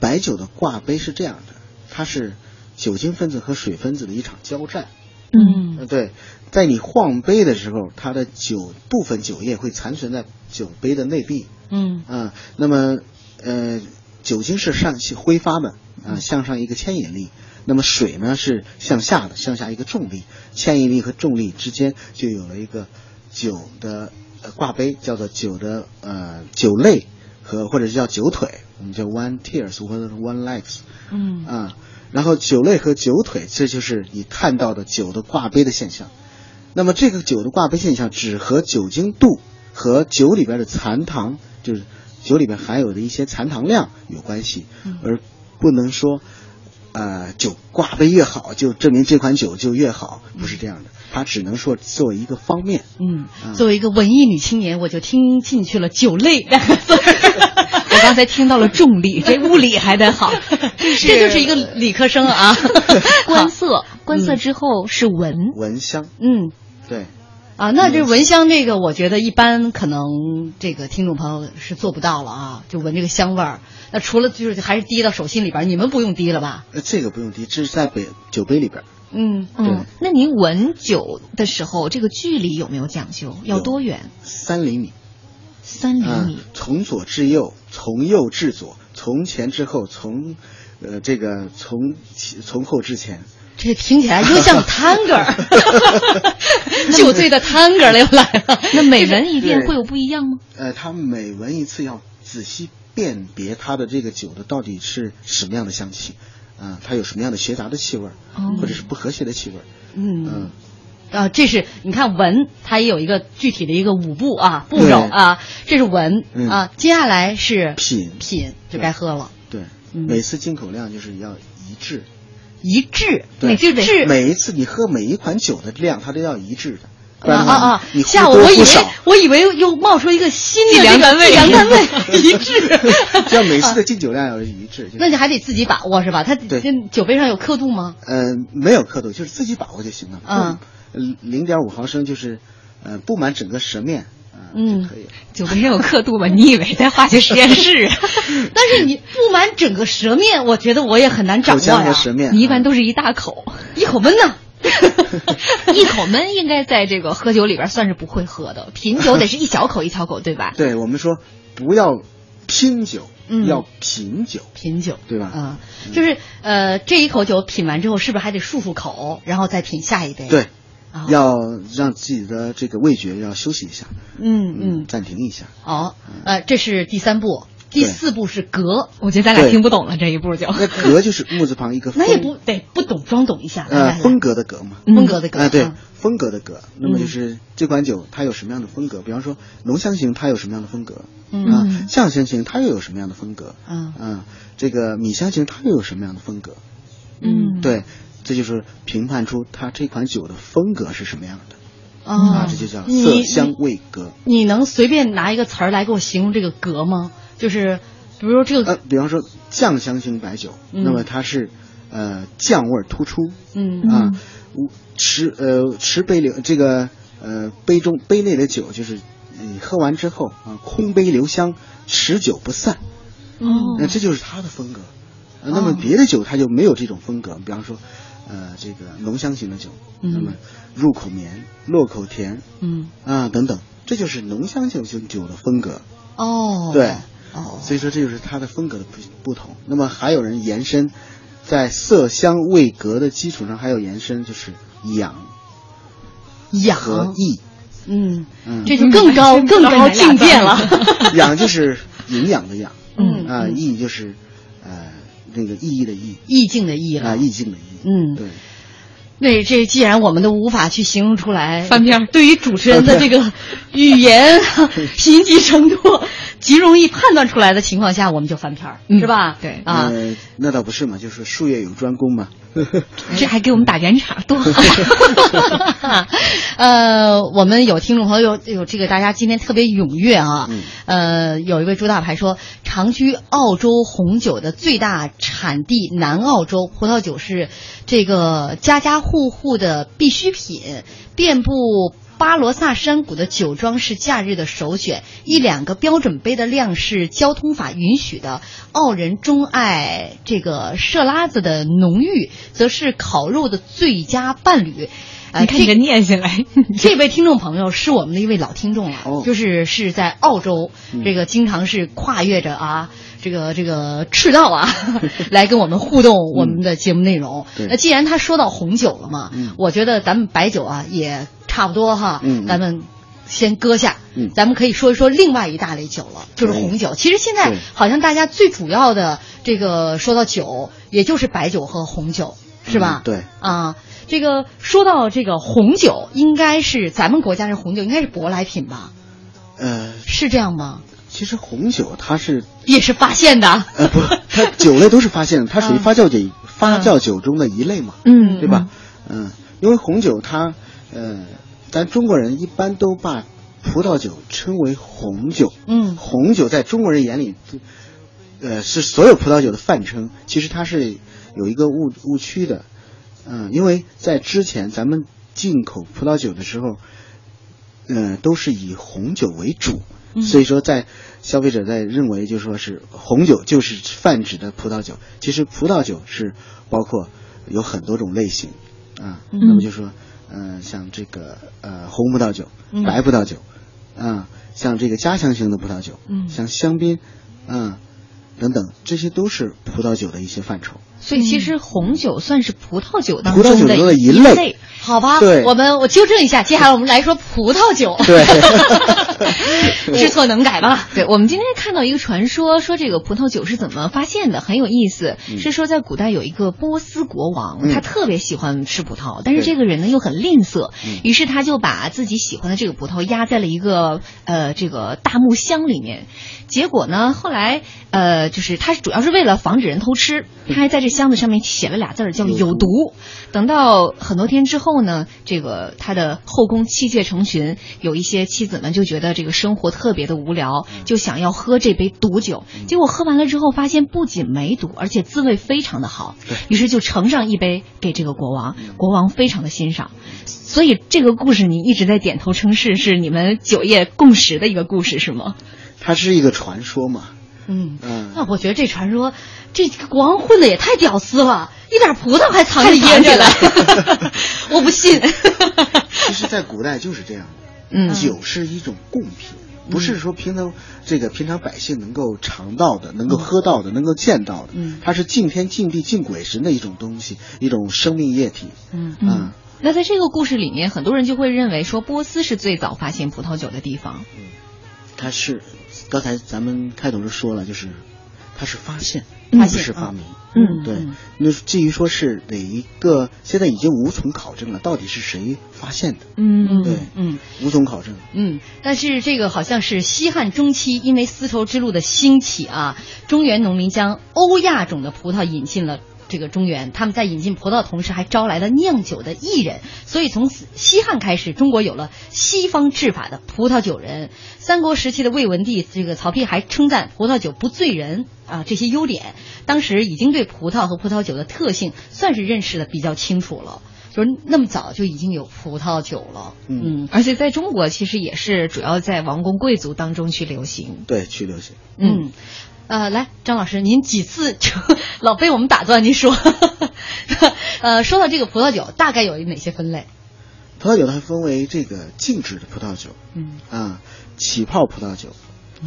D: 白酒的挂杯是这样的，它是酒精分子和水分子的一场交战。
C: 嗯
D: 呃对，在你晃杯的时候，它的酒部分酒液会残存在酒杯的内壁
B: 嗯
D: 啊、那么，呃，酒精是上去挥发的啊、向上一个牵引力。那么水呢是向下的，向下一个重力，牵引力和重力之间就有了一个酒的、呃、挂杯，叫做酒的呃酒类和或者叫酒腿，我们叫 one tears 或者是 one legs。
B: 嗯
D: 啊，然后酒类和酒腿，这就是你看到的酒的挂杯的现象。那么这个酒的挂杯现象只和酒精度和酒里边的残糖，就是酒里边含有的一些残糖量有关系，
B: 嗯
D: 而不能说，呃，酒挂杯越好就证明这款酒就越好，不是这样的，它只能说作为一个方面。
B: 嗯，
D: 啊
B: 作为一个文艺女青年，我就听进去了“酒 类”两个字儿。
C: 我刚才听到了重力，这物理还得好，
B: 这就是一个理科生 啊，
C: 观嗯色，
D: 嗯
C: 观色之后是闻，
D: 闻香，
B: 嗯。
D: 对，
B: 啊，那
D: 嗯
B: 这闻香这个，我觉得一般可能这个听众朋友是做不到了啊，就闻这个香味儿。那除了就是还是滴到手心里边儿，你们不用滴了吧？
D: 呃这个不用提，这是在杯酒杯里边。
B: 嗯，
C: 嗯，那您闻酒的时候，这个距离有没有讲究？要多远？
D: 三厘米，
C: 三
B: 嗯
C: 厘
D: 啊，
C: 米。
D: 从左至右，从右至左，从前至后，从呃这个从从后至前。
B: 这听起来又像探戈 儿，酒醉的探
D: 嗯
B: 戈儿了又来了。
C: 那每人一遍
D: 对
C: 会有不一样吗？
D: 呃，他每闻一次要仔细辨别它的这个酒的到底是什么样的香气，啊、它有什么样的邪杂的气味儿，或者是不和谐的气味儿，
B: 哦嗯
D: 嗯
B: 啊，这是你看闻，它也有一个具体的一个舞步啊步骤
D: 对
B: 啊，这是闻、
D: 嗯
B: 啊，接下来是
D: 品
B: 品就该喝了，
D: 对，
B: 嗯
D: 每次进口量就是要一致，
B: 一致，
D: 对，
B: 就致
D: 每一次你喝每一款酒的量，它都要一致的，
B: 啊
D: 不然的话
B: 啊啊！
D: 你
B: 吓
D: 忽
B: 我！
D: 多
B: 我以
D: 忽
B: 为
D: 少，，
B: 我以为又冒出一个新的
C: 计量
B: 这个
C: 单位
B: 计量单位一致
D: 就要每次的进酒量要一致，就是
B: 那你还得自己把握是吧？它
D: 对
B: 这酒杯上有刻度吗？
D: 嗯，没有刻度，就是自己把握就行了。
B: 嗯
D: 嗯，零点五毫升就是，呃，布满整个舌面，呃
B: 嗯
D: 就可以了。
C: 酒杯上有刻度吧？你以为在化学实验室 啊？
B: 但是你布满整个舌面，我觉得我也很难掌
D: 口
B: 握呀、
D: 腔和舌面，
C: 你一般都是一大口，
B: 啊一口闷呐。
C: 一口闷应该在这个喝酒里边算是不会喝的，品酒得是一小口一小口，对吧？
D: 对我们说不要拼酒，
B: 嗯
D: 要品酒，
B: 品酒
D: 对吧
B: 啊、就是呃，这一口酒品完之后，是不是还得漱漱口，然后再品下一杯？
D: 对，
B: 啊
D: 要让自己的这个味觉要休息一下，
B: 嗯嗯，
D: 暂停一下。
B: 好、呃，这是第三步，第
D: 对
B: 四步是隔，
C: 我觉得咱俩
D: 对
C: 听不懂了这一步就。
D: 那格就是木字旁一个风，
B: 哦 那也不得不懂装懂一下，来
D: 呃
B: 来来
D: 风格的格嘛。
B: 风格的格嗯
D: 啊，对
B: 啊，
D: 风格的格，那么就是这款酒它有什么样的风格？比方说浓香型它有什么样的风格？
B: 嗯
D: 啊，酱香型它又有什么样的风格？啊
B: 嗯
D: 这个米香型它又有什么样的风格？
B: 嗯
D: 对，这就是评判出它这款酒的风格是什么样的、啊
B: 啊，
D: 这就叫
B: 你
D: 色香味格。
B: 你你能随便拿一个词儿来给我形容这个格吗？就是比如说这个，
D: 呃，比方说酱香型白酒，
B: 嗯
D: 那么它是呃酱味儿突出，
B: 嗯
D: 啊，无池呃池杯流这个呃杯中杯内的酒就是你喝完之后啊，空杯留香，持久不散。
B: 哦
D: 那这就是他的风格。呃那么别的酒它就没有这种风格，比方说，呃，这个浓香型的酒，
B: 嗯
D: 那么入口绵、落口甜
B: 嗯
D: 啊等等，这就是浓香型酒的风格。
B: 哦，
D: 对，
B: 哦，
D: 所以说这就是它的风格的不不同。那么还有人延伸，在色香味格的基础上，还有延伸就是养和
B: 养，
D: 益。
B: 嗯，
D: 嗯，
B: 这就更高更高境界了。
D: 养就是营养的养，
B: 嗯
D: 啊，益就是呃那个意义的意
B: 意境的意
D: 啊，
B: 了，
D: 意境的意。
B: 嗯
D: 对。
B: 那这既然我们都无法去形容出来，
C: 翻篇儿
B: 对于主持人的这个语言啊贫瘠程度极容易判断出来的情况下，我们就翻篇儿，
C: 嗯
B: 是吧？
C: 对
B: 啊，
D: 呃，那倒不是嘛，就是术业有专攻嘛。
C: 这还给我们打圆场， 多好！
B: 呃，我们有听众朋友有这个，大家今天特别踊跃啊。
D: 嗯
B: 呃，有一位朱大牌说，长居澳洲红酒的最大产地南澳洲，葡萄酒是这个家家户户的必需品，遍布。巴罗萨山谷的酒庄是假日的首选，一两个标准杯的量是交通法允许的。澳人钟爱这个设拉子的浓郁，则是烤肉的最佳伴侣。呃，
C: 你看你这
B: 这
C: 念下来，
B: 这位听众朋友是我们的一位老听众了，
D: 哦嗯
B: 就是是在澳洲，这个经常是跨越着啊，这个这个赤道 啊，来跟我们互动我们的节目内容。
D: 对
B: 那既然他说到红酒了嘛，
D: 嗯
B: 我觉得咱们白酒啊也差不多哈，
D: 嗯嗯
B: 咱们先搁下。
D: 嗯
B: 咱们可以说一说另外一大类酒了，就是
D: 可以
B: 红酒。其实现在
D: 对
B: 好像大家最主要的这个说到酒，也就是白酒和红酒，是吧？
D: 嗯 对。
B: 啊，这个说到这个红酒，应该是咱们国家是红酒，应该是舶来品吧？
D: 呃，
B: 是这样吗？
D: 其实红酒它是
B: 也是发现的。
D: 呃不，它酒类都是发现的，它属于发酵酒发酵酒中的一类嘛，
B: 嗯
D: 对吧？嗯，因为红酒它呃，咱中国人一般都把葡萄酒称为红酒，
B: 嗯
D: 红酒在中国人眼里，呃，是所有葡萄酒的泛称。其实它是有一个误误区的，嗯、因为在之前咱们进口葡萄酒的时候，嗯、都是以红酒为主，
B: 嗯
D: 所以说在消费者在认为就说是红酒就是泛指的葡萄酒。其实葡萄酒是包括有很多种类型啊，那么就说，嗯、像这个呃红葡萄酒、
B: 嗯
D: 白葡萄酒。啊，像这个家乡型的葡萄酒，
B: 嗯
D: 像香槟，啊，等等，这些都是葡萄酒的一些范畴。
C: 所以其实红酒算是葡萄酒当
D: 葡萄
C: 中
D: 酒
C: 的
D: 中的一
C: 一
D: 类
C: 类，好吧？
D: 对
C: 我们我纠正一下，接下来我们来说葡萄酒。
D: 对
C: 知错能改吧。对，我们今天看到一个传说，说这个葡萄酒是怎么发现的，很有意思。是说在古代有一个波斯国王，
D: 嗯
C: 他特别喜欢吃葡萄，但是
D: 对
C: 这个人呢又很吝啬，
D: 嗯
C: 于是他就把自己喜欢的这个葡萄压在了一个呃这个大木箱里面。结果呢，后来呃就是他主要是为了防止人偷吃，他还在这箱子上面写了俩字儿叫
D: 嗯有
C: 有
D: 毒
C: 毒。等到很多天之后呢，这个他的后宫妻妾成群，有一些妻子们就觉得这个生活特别的无聊，
D: 嗯
C: 就想要喝这杯毒酒。结果喝完了之后，发现不仅没毒，而且滋味非常的好。于是就盛上一杯给这个国王，
D: 嗯
C: 国王非常的欣赏。所以这个故事你一直在点头称是，是你们酒业共识的一个故事是吗？
D: 它是一个传说嘛，
B: 嗯，
D: 嗯，
B: 那我觉得这传说，这个国王混的也太屌丝了，一点葡萄还藏着
C: 还
B: 掖着
C: 藏
B: 呢
C: 起来，
B: 我不信。
D: 其实，在古代就是这样的。
C: 嗯
D: 酒是一种贡品，不是说平常这个平常百姓能够尝到的、能够喝到的、能够见到的。
B: 嗯
D: 它是敬天、敬地、敬鬼神的一种东西，一种生命液体。
B: 嗯
C: 嗯
D: 啊，
C: 那在这个故事里面，很多人就会认为说波斯是最早发现葡萄酒的地方。
D: 它是刚才咱们开头就说了，就是它是发现，
C: 嗯
D: 它不是发明。
C: 嗯
D: 对，那至于说是哪一个，现在已经无从考证了，到底是谁发现的？
C: 嗯
D: 对，
B: 嗯，
D: 无从考证。
B: 嗯，但是这个好像是西汉中期，因为丝绸之路的兴起啊，中原农民将欧亚种的葡萄引进了。这个中原，他们在引进葡萄的同时，还招来了酿酒的艺人，所以从此西汉开始，中国有了西方制法的葡萄酒人。三国时期的魏文帝，这个曹丕还称赞葡萄酒不醉人啊，这些优点，当时已经对葡萄和葡萄酒的特性算是认识的比较清楚了，就是那么早就已经有葡萄酒了，
D: 嗯
C: 嗯，而且在中国其实也是主要在王公贵族当中去流行。
D: 对，去流行。
B: 嗯，呃，来，张老师，您几次就 老被我们打断，您说， 呃，说到这个葡萄酒，大概有哪些分类？
D: 葡萄酒它分为这个静止的葡萄酒，
B: 嗯
D: 啊，起泡葡萄酒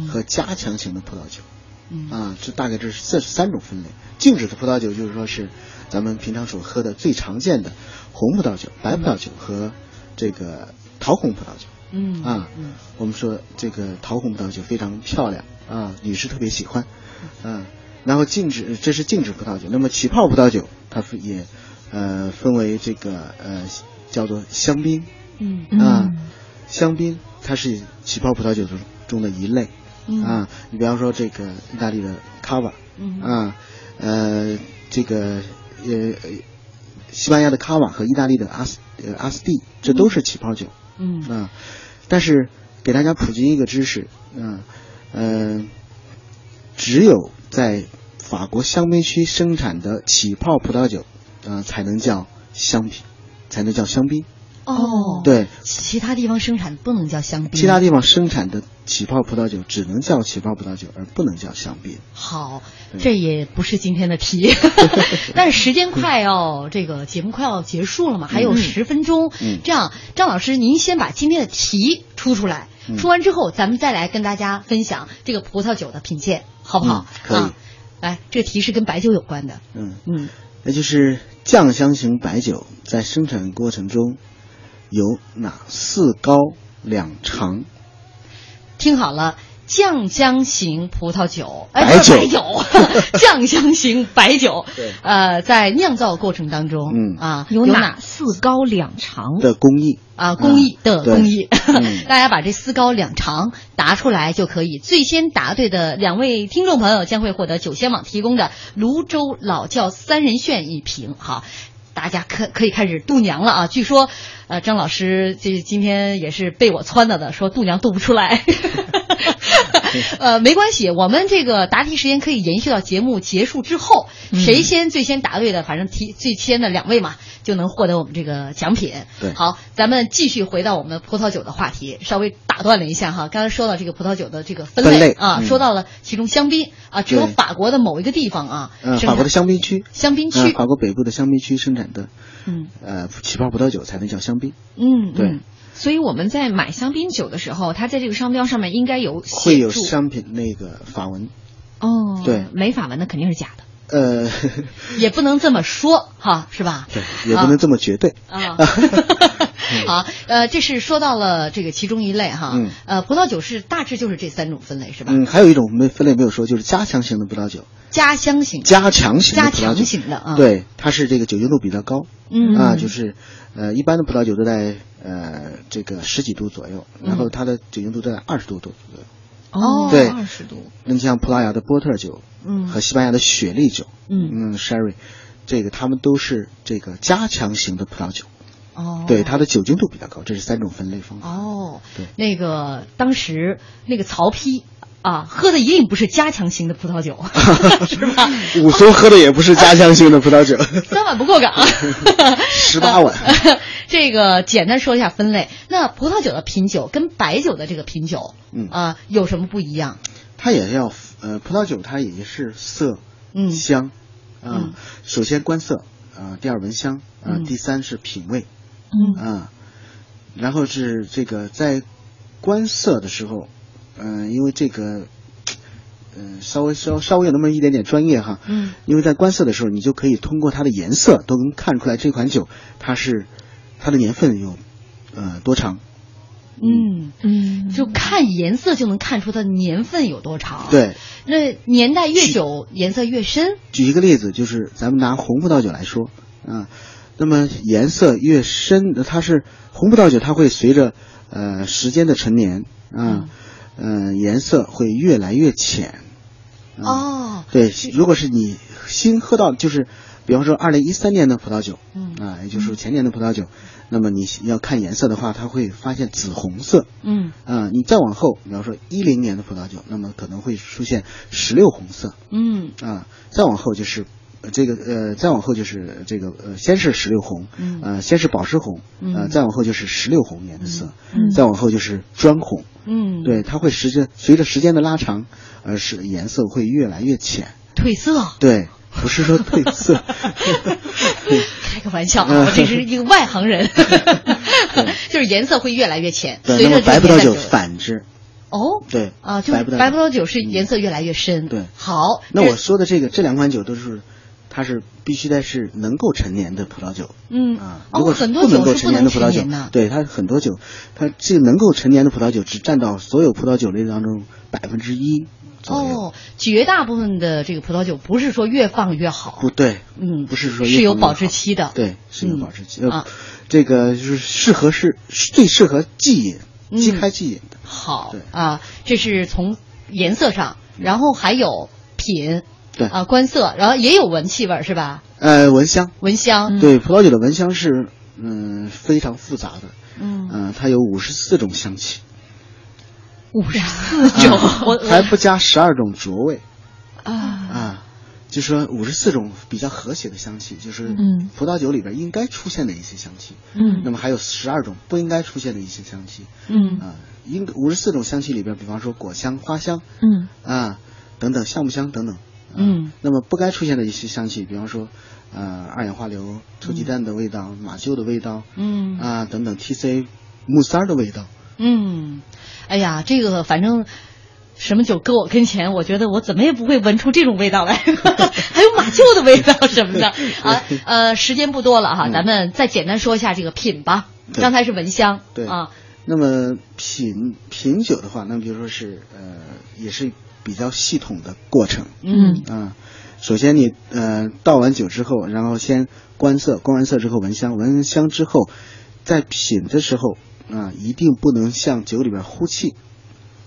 D: 和加强型的葡萄酒，
B: 嗯
D: 啊，这大概这是这三种分类。静止的葡萄酒就是说是咱们平常所喝的最常见的红葡萄酒、白葡萄酒和这个桃红葡萄酒。
B: 嗯
D: 啊，我们说这个桃红葡萄酒非常漂亮啊，女士特别喜欢，啊，然后静止这是静止葡萄酒，那么起泡葡萄酒它分也呃分为这个呃叫做香槟
B: 嗯
D: 啊，香槟它是起泡葡萄酒中中的一类啊，你比方说这个意大利的卡瓦
B: 嗯
D: 啊，呃这个呃呃西班牙的卡瓦和意大利的阿斯呃阿斯蒂，这都是起泡酒。
B: 嗯
D: 啊，但是给大家普及一个知识，啊，呃，只有在法国香槟区生产的起泡葡萄酒，啊，才能叫香槟，才能叫香槟。
B: 哦，
D: 对，
B: 其，其他地方生产不能叫香槟。
D: 其他地方生产的起泡葡萄酒只能叫起泡葡萄酒，而不能叫香槟。
B: 好，
D: 对
B: 这也不是今天的 题，但是时间快要这个节目快要结束了嘛，还有十分钟。
D: 嗯
B: 这样，张老师，您先把今天的题出出来，
D: 嗯
B: 出完之后，咱们再来跟大家分享这个葡萄酒的品鉴，好不好？
D: 嗯可以
B: 啊。来，这个题是跟白酒有关的。
D: 嗯，
B: 嗯
D: 那就是酱香型白酒在生产过程中有哪四高两长？
B: 听好了，酱香型葡萄酒，哎，
D: 白
B: 不是
D: 酒
B: 白酒， 酱香型白酒
D: 对，
B: 呃，在酿造过程当中，
D: 嗯
B: 啊，
C: 有
B: 有
C: 哪四高两长？
D: 的工艺
B: 啊，工艺的
D: 对
B: 工艺，
D: 嗯
B: 大家把这四高两长答出来就可以。最先答对的两位听众朋友将会获得九仙网提供的泸州老窖三人炫一瓶。好，大家可可以开始度娘了啊！据说，呃，张老师这今天也是被我撺掇的，说度娘度不出 来。呃，没关系，我们这个答题时间可以延续到节目结束之后，
D: 嗯
B: 谁先最先答对的，反正提最先的两位嘛，就能获得我们这个奖品。
D: 对
B: 好，咱们继续回到我们的葡萄酒的话题，稍微打断了一下哈。刚才说到这个葡萄酒的这个分类
D: 分类
B: 啊，
D: 嗯
B: 说到了其中香槟啊，只有
D: 对
B: 法国的某一个地方啊，
D: 嗯，
B: 生
D: 法国
B: 产
D: 的香槟区，
B: 香槟
D: 嗯
B: 区，
D: 法国北部的香槟区生产的，
B: 嗯，
D: 呃，起泡葡萄酒才能叫香槟，
C: 嗯，
D: 对
C: 嗯所以我们在买香槟酒的时候，它在这个商标上面应该有
D: 会有
C: 写注
D: 商品那个法文，
C: 哦，
D: 对
C: 没法文的肯定是假的。
D: 呃，
B: 也不能这么说哈，是吧？
D: 对，也不能这么绝对
B: 啊。 好，呃，这是说到了这个其中一类哈。
D: 嗯。
B: 呃，葡萄酒是大致就是这三种分类是吧？
D: 嗯，还有一种没分类没有说，就是加强型的葡萄酒。
B: 加香型。
D: 加强型的
B: 加
D: 葡萄
B: 强
D: 酒。
B: 型的啊。。
D: 对，它是这个酒精度比较高。
B: 嗯
D: 啊，就是呃，一般的葡萄酒都在呃这个十几度左右，
B: 嗯
D: 然后它的酒精度都在二十度度左右。
B: 哦。
D: 对
C: 二十度，
D: 那你像葡萄牙的波特酒，
B: 嗯
D: 和西班牙的雪莉酒，
B: 嗯
D: 嗯，sherry，这个他们都是这个加强型的葡萄酒，
B: 哦。
D: 对，它的酒精度比较高，这是三种分类方法。
B: 哦
D: 对，
B: 那个当时那个曹丕啊，喝的一定不是加强型的葡萄 酒，是吧？
D: 武松喝的也不是加强型的葡萄酒，
B: 三碗不够岗，
D: 十八碗。
B: 这个简单说一下分类。那葡萄酒的品酒跟白酒的这个品酒，
D: 嗯
B: 啊、有什么不一样？
D: 它也要呃，葡萄酒它也是色、
B: 嗯
D: 香，啊、
B: 嗯
D: 首先观色，啊、第二闻香，啊、
B: 嗯
D: 第三是品味，
B: 嗯
D: 啊、然后是这个在观色的时候，嗯、因为这个，嗯、稍微稍稍微有那么一点点专业哈，
B: 嗯，
D: 因为在观色的时候，你就可以通过它的颜色都能看出来这款酒它是它的年份有呃多长，
B: 嗯，
C: 嗯
B: 就看颜色就能看出它年份有多长。，
D: 对。
B: 那年代越久，颜色越深。
D: 举一个例子，就是咱们拿红葡萄酒来说，啊，那么颜色越深，它是红葡萄酒，它会随着呃时间的陈年啊，嗯、呃，颜色会越来越浅。啊、
B: 哦，
D: 对，如果是你新喝到，就是比方说二零一三年的葡萄酒，
B: 嗯
D: 啊，也就是前年的葡萄酒，那么你要看颜色的话，它会发现紫红色。
B: 嗯
D: 啊，你再往后，比方说一零年的葡萄酒，那么可能会出现石榴红色。
B: 嗯
D: 啊，再往后就是呃这个呃，再往后就是这个呃，先是石榴红，
B: 嗯
D: 呃，先是宝石红，
B: 嗯
D: 呃，再往后就是石榴红颜色，
C: 嗯
D: 再往后就是砖红，
B: 嗯，，
D: 对，它会随着随着时间的拉长，呃，是颜色会越来越浅，
B: 褪色。
D: 对，不是说 褪色，
B: 开个玩笑
D: 嗯
B: 啊，我这是一个外行 人， 就是颜色会越来越浅，
D: 对，
B: 随
D: 那
B: 着
D: 么
B: 这
D: 白葡
B: 个
D: 萄
B: 年代
D: 酒
B: 久了
D: 反之，
B: 哦，
D: 对
B: 啊，就是白
D: 白
B: 葡
D: 葡
B: 萄
D: 萄
B: 酒
D: 酒嗯
B: 是颜色越来越深，
D: 对
B: 好，
D: 那
B: 这
D: 我说的这个这两款酒都是。它是必须得是能够陈年的葡萄酒，
B: 嗯
D: 啊，
B: 哦
D: 如果
B: 很
D: 是
B: 多
D: 不能
B: 酒
D: 够
B: 是
D: 陈
B: 不
D: 年
B: 能
D: 的葡萄
B: 陈
D: 酒
B: 年的，
D: 对它很多酒，它这个能够陈年的葡萄酒只占到所有葡萄酒类当中百分之一左右。
B: 哦，绝大部分的这个葡萄酒不是说越放越好，
D: 不对，
B: 嗯
D: 不是说
B: 是
D: 越
B: 有
D: 放越
B: 保质
D: 好
B: 期的
D: 对，是有
B: 嗯
D: 保质期
B: 啊
D: 呃，这个就是适合是是最适合忌饮、忌
B: 嗯
D: 开忌饮的。
B: 好
D: 对
B: 啊，这是从颜色上，然后还有品，
D: 对
B: 啊，观色，然后也有闻气味儿是吧？
D: 呃，闻香，
B: 闻香，
D: 对，葡萄酒的闻香是嗯非常复杂的，
B: 嗯
D: 呃，它有五十四种香 气，啊
B: 五十四种，我
D: 还不加十二种浊味。
B: 啊，
D: 啊，就说五十四种比较和谐的香气，就是
C: 嗯
D: 葡萄酒里边应该出现的一些香气。
C: 嗯
D: 那么还有十二种不应该出现的一些香气。
C: 嗯
D: 啊，应五十四种香气里边，比方说果香、花香
C: 嗯
D: 啊等等、橡木香等等。啊
B: 嗯，
D: 那么不该出现的一些香气，比方说，呃，二氧化硫、臭鸡蛋的味道、马厩的味道，
B: 嗯
D: 啊等等，TC 木塞儿的味道，
B: 嗯，哎呀，这个反正什么酒搁我跟前，我觉得我怎么也不会闻出这种味 道来，还有马厩的味道什么的啊。呃，时间不多了哈，
D: 嗯
B: 咱们再简单说一下这个品吧。
D: 对
B: 刚才是闻香，
D: 对
B: 啊，
D: 那么品品酒的话，那么比如说是呃，也是比较系统的过程
B: 嗯
D: 啊、首先你呃倒完酒之后，然后先观色，观完色之后闻香，闻香之后，在品的时候啊、一定不能向酒里边呼气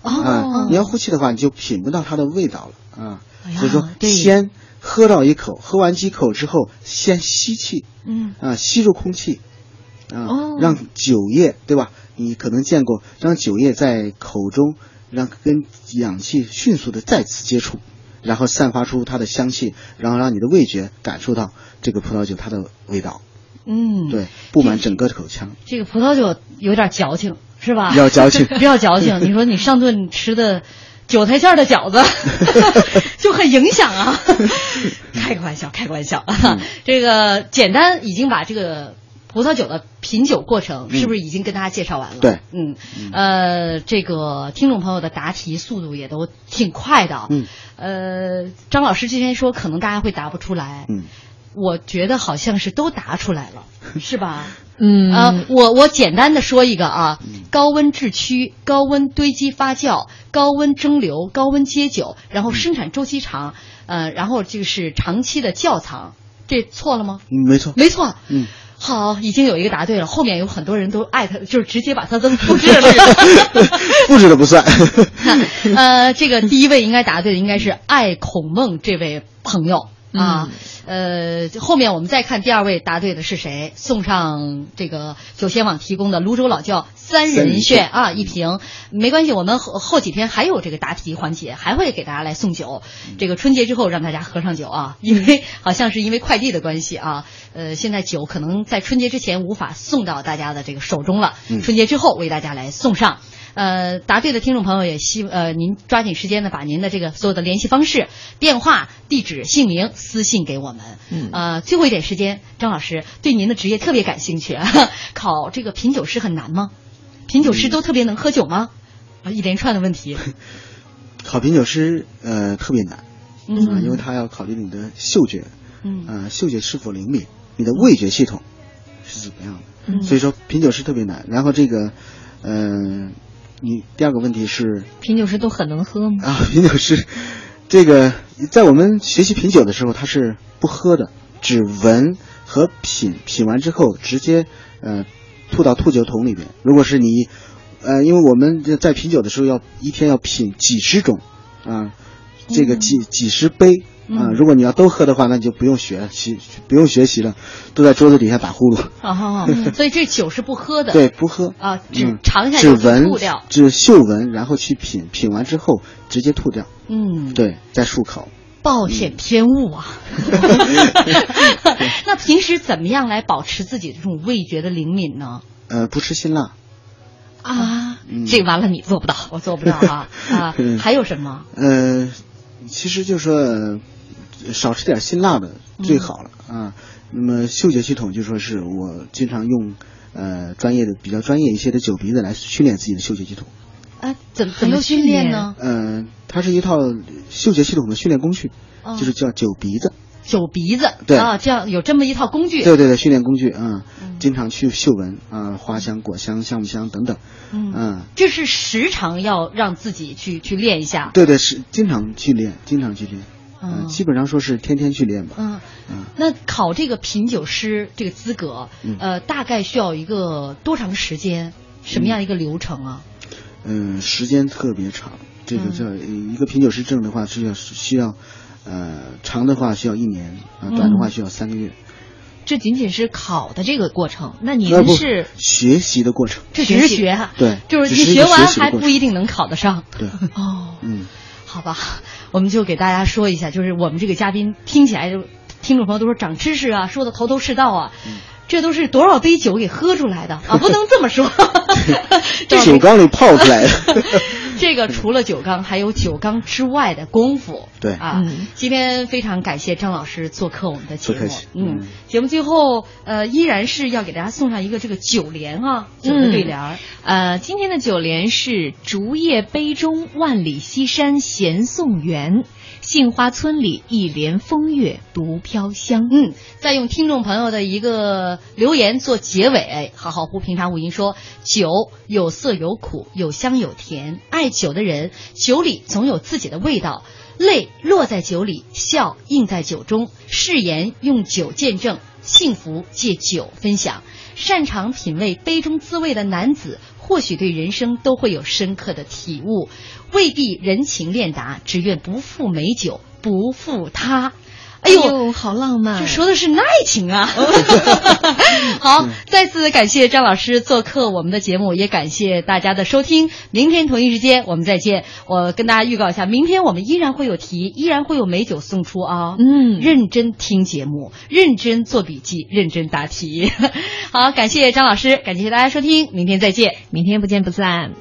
D: 啊、
B: 哦，
D: 你要呼气的话，你就品不到它的味道了啊、
B: 哎呀
D: 所以说
B: 对
D: 先喝到一口，喝完几口之后，先吸气。
B: 嗯
D: 啊，吸入空气，啊，
B: 哦
D: 让酒液对吧？你可能见过，让酒液在口中让跟氧气迅速的再次接触，然后散发出它的香气，然后让你的味觉感受到这个葡萄酒它的味道，
B: 嗯，
D: 对，布满整个口腔。
B: 这个葡萄酒有点矫情，是吧？
D: 比较 矫情
B: 比较矫情。你说你上顿吃的韭菜馅儿的饺 子，就很影响啊。
D: 嗯
C: 啊
B: 开个玩笑，开个玩笑。这个简单已经把这个
C: 葡萄酒的品酒过程是不是已经跟大家介绍完了？
D: 嗯对
C: 嗯，呃，这个听众朋友的答题速度也都挺快的。啊
D: 嗯，
C: 呃，张老师之前说可能大家会答不出来，
D: 嗯，
C: 我觉得好像是都答出 来了，是吧？
B: 嗯
C: 啊，我我简单的说一个啊，高温制曲、高温堆积发酵、高温蒸馏、高温接酒，然后生产周期长，呃，然后就是长期的窖藏，这错了吗？
D: 嗯没错，
C: 没错，
D: 嗯，
C: 好，已经有一个答对了，后面有很多人都艾特，就是直接把它都复制了。
D: 布置的不算。
C: 呃，这个第一位应该答对的应该是爱孔孟这位朋友啊。呃，后面我们再看第二位答对的是谁，送 上这个九仙网提供的泸州老窖三
D: 三
C: 人
D: 人
C: 炫啊一瓶。没关系，我们后后几天还有这个答题环节，还会给大家来送酒。
D: 嗯
C: 这个春节之后让大家喝上酒啊， 因为好像是因为快递的关系啊，呃，现在酒可能在春节之前无法送到大家的这个手中了，
D: 嗯
C: 春节之后为大家来送上。呃，答对的听众朋友也希呃，您抓紧时间呢，把您的这个所有的联系方式、电话、地址、姓名私信给我们。
B: 嗯
C: 呃，最后一点时间，张老师对您的职业特别感兴趣，啊 考这个品酒师很难吗？品酒师都特别能喝酒吗？啊，一连串的 问题。
D: 考品酒师呃特别难啊、
C: 嗯
D: 因为他要考虑你的嗅觉，
C: 嗯
D: 呃，嗅觉是否灵敏，你的味觉系统是怎么样的，
C: 嗯
D: 所以说品酒师特别难。然后这个，嗯、你第二个问题是
B: 品酒师都很能喝吗？
D: 啊， 品酒师这个在我们学习品酒的时候，他是不喝的，只闻和品，品完之后直接呃吐到吐酒桶里边。如果是你呃，因为我们这在品酒的时候要一天要品几十种啊，这个
C: 嗯
D: 几几十杯。啊，如果你要都喝的话，那你就不用学习，不用学习了，都在桌子底下打呼噜。
C: 哦， 所以这酒是不喝的。
D: 对，不喝
C: 啊只
D: 嗯
C: 尝一下
D: 只
C: 就
D: 闻
C: 吐掉，
D: 只嗅闻，然后去品，品完之后直接吐掉。
C: 嗯，
D: 对，再漱口。
C: 暴殄天物啊！那平时怎么样来保持自己这种味觉的灵敏呢？
D: 呃，不吃辛辣。
C: 啊，
D: 嗯
C: 这完了你做不到，我做不到 啊啊！
D: 嗯
C: 还有什么？
D: 呃，其实就说、呃少吃点辛辣的最好了、啊。那么嗅觉系统就说是我经常用呃专业的比较专业一些的酒鼻子来训练自己的嗅觉系统。
C: 啊，怎
B: 还
C: 怎
B: 有
C: 么训练呢？
D: 嗯、它是一套嗅觉系统的训练工具，
C: 哦
D: 就是叫酒鼻子。
C: 酒鼻子
D: 对
C: 啊，这样有这么一套工具。
D: 对对对，训练工具啊、
C: 嗯
D: 经常去嗅闻啊、花香、果香、橡木香等等。
C: 嗯
D: 啊
C: 这是时常要让自己去去练一下。
D: 对对是经常去练，经常去练。嗯、
C: 嗯
D: 基本上说是天天去练吧。
C: 嗯
D: 嗯，
C: 那考这个品酒师这个资格，呃，大概需要一个呃多长时间？什么样一个流程啊？
D: 嗯，时间特别长。这个叫一个品酒师证的话是要需要，呃，长的话需要一年啊，短的话需要三个月。
B: 这仅仅是考的这个过程，那
D: 那
B: 您
D: 不
B: 是
D: 学习的过程，
C: 这只是学啊，
D: 对
C: 就是
D: 只
C: 你
D: 是一个
C: 学完
D: 学习的
C: 还
D: 过
C: 不
D: 程
C: 一定能考得上。
D: 对，
C: 哦，
D: 嗯，
C: 好吧， 我们就给大家说一下，就是我们这个嘉宾听起来就，听众朋友都说长知识啊，说的头头是道啊，
D: 嗯
C: 这都是多少杯酒给喝 出来的啊，不能这么说。
D: 这酒缸里泡出来的。
C: 这个除了酒缸，还有酒缸之外的功夫。
D: 对
C: 啊
B: 嗯，
C: 今天非常感谢张老师做客我们的
D: 不
C: 节目
D: 客气。
C: 嗯
D: 嗯，
C: 节目最后呃，依然是要给大家送上一个这个九连啊，九个对联儿。
B: 呃，今天的九联是竹叶杯中万里西山闲送园，杏花村里一帘风月独飘香。
C: 嗯，再用听众朋友的一个留言做结尾，好好乎平常五音说：酒有涩有苦，有香有甜。爱酒的人，酒里总有自己的味道。泪落在酒里，笑映在酒中。誓言用酒见证，幸福借酒分享。擅长品味杯中滋味的男子，或许对人生都会有深刻的体悟。未必人情练达，只愿不负美酒，不负他。哎呦，
B: 好浪漫！
C: 这说的是爱情啊！ 好，再次感谢张老师做客我们的节目，也感谢大家的收听。明天同一时间我们再见。我跟大家预告一下，明天我们依然会有题，依然会有美酒送出啊！
B: 嗯
C: 认真听节目，认真做笔记，认真 答题。好，感谢张老师，感谢大家收听，明天再见。
B: 明天不见不散。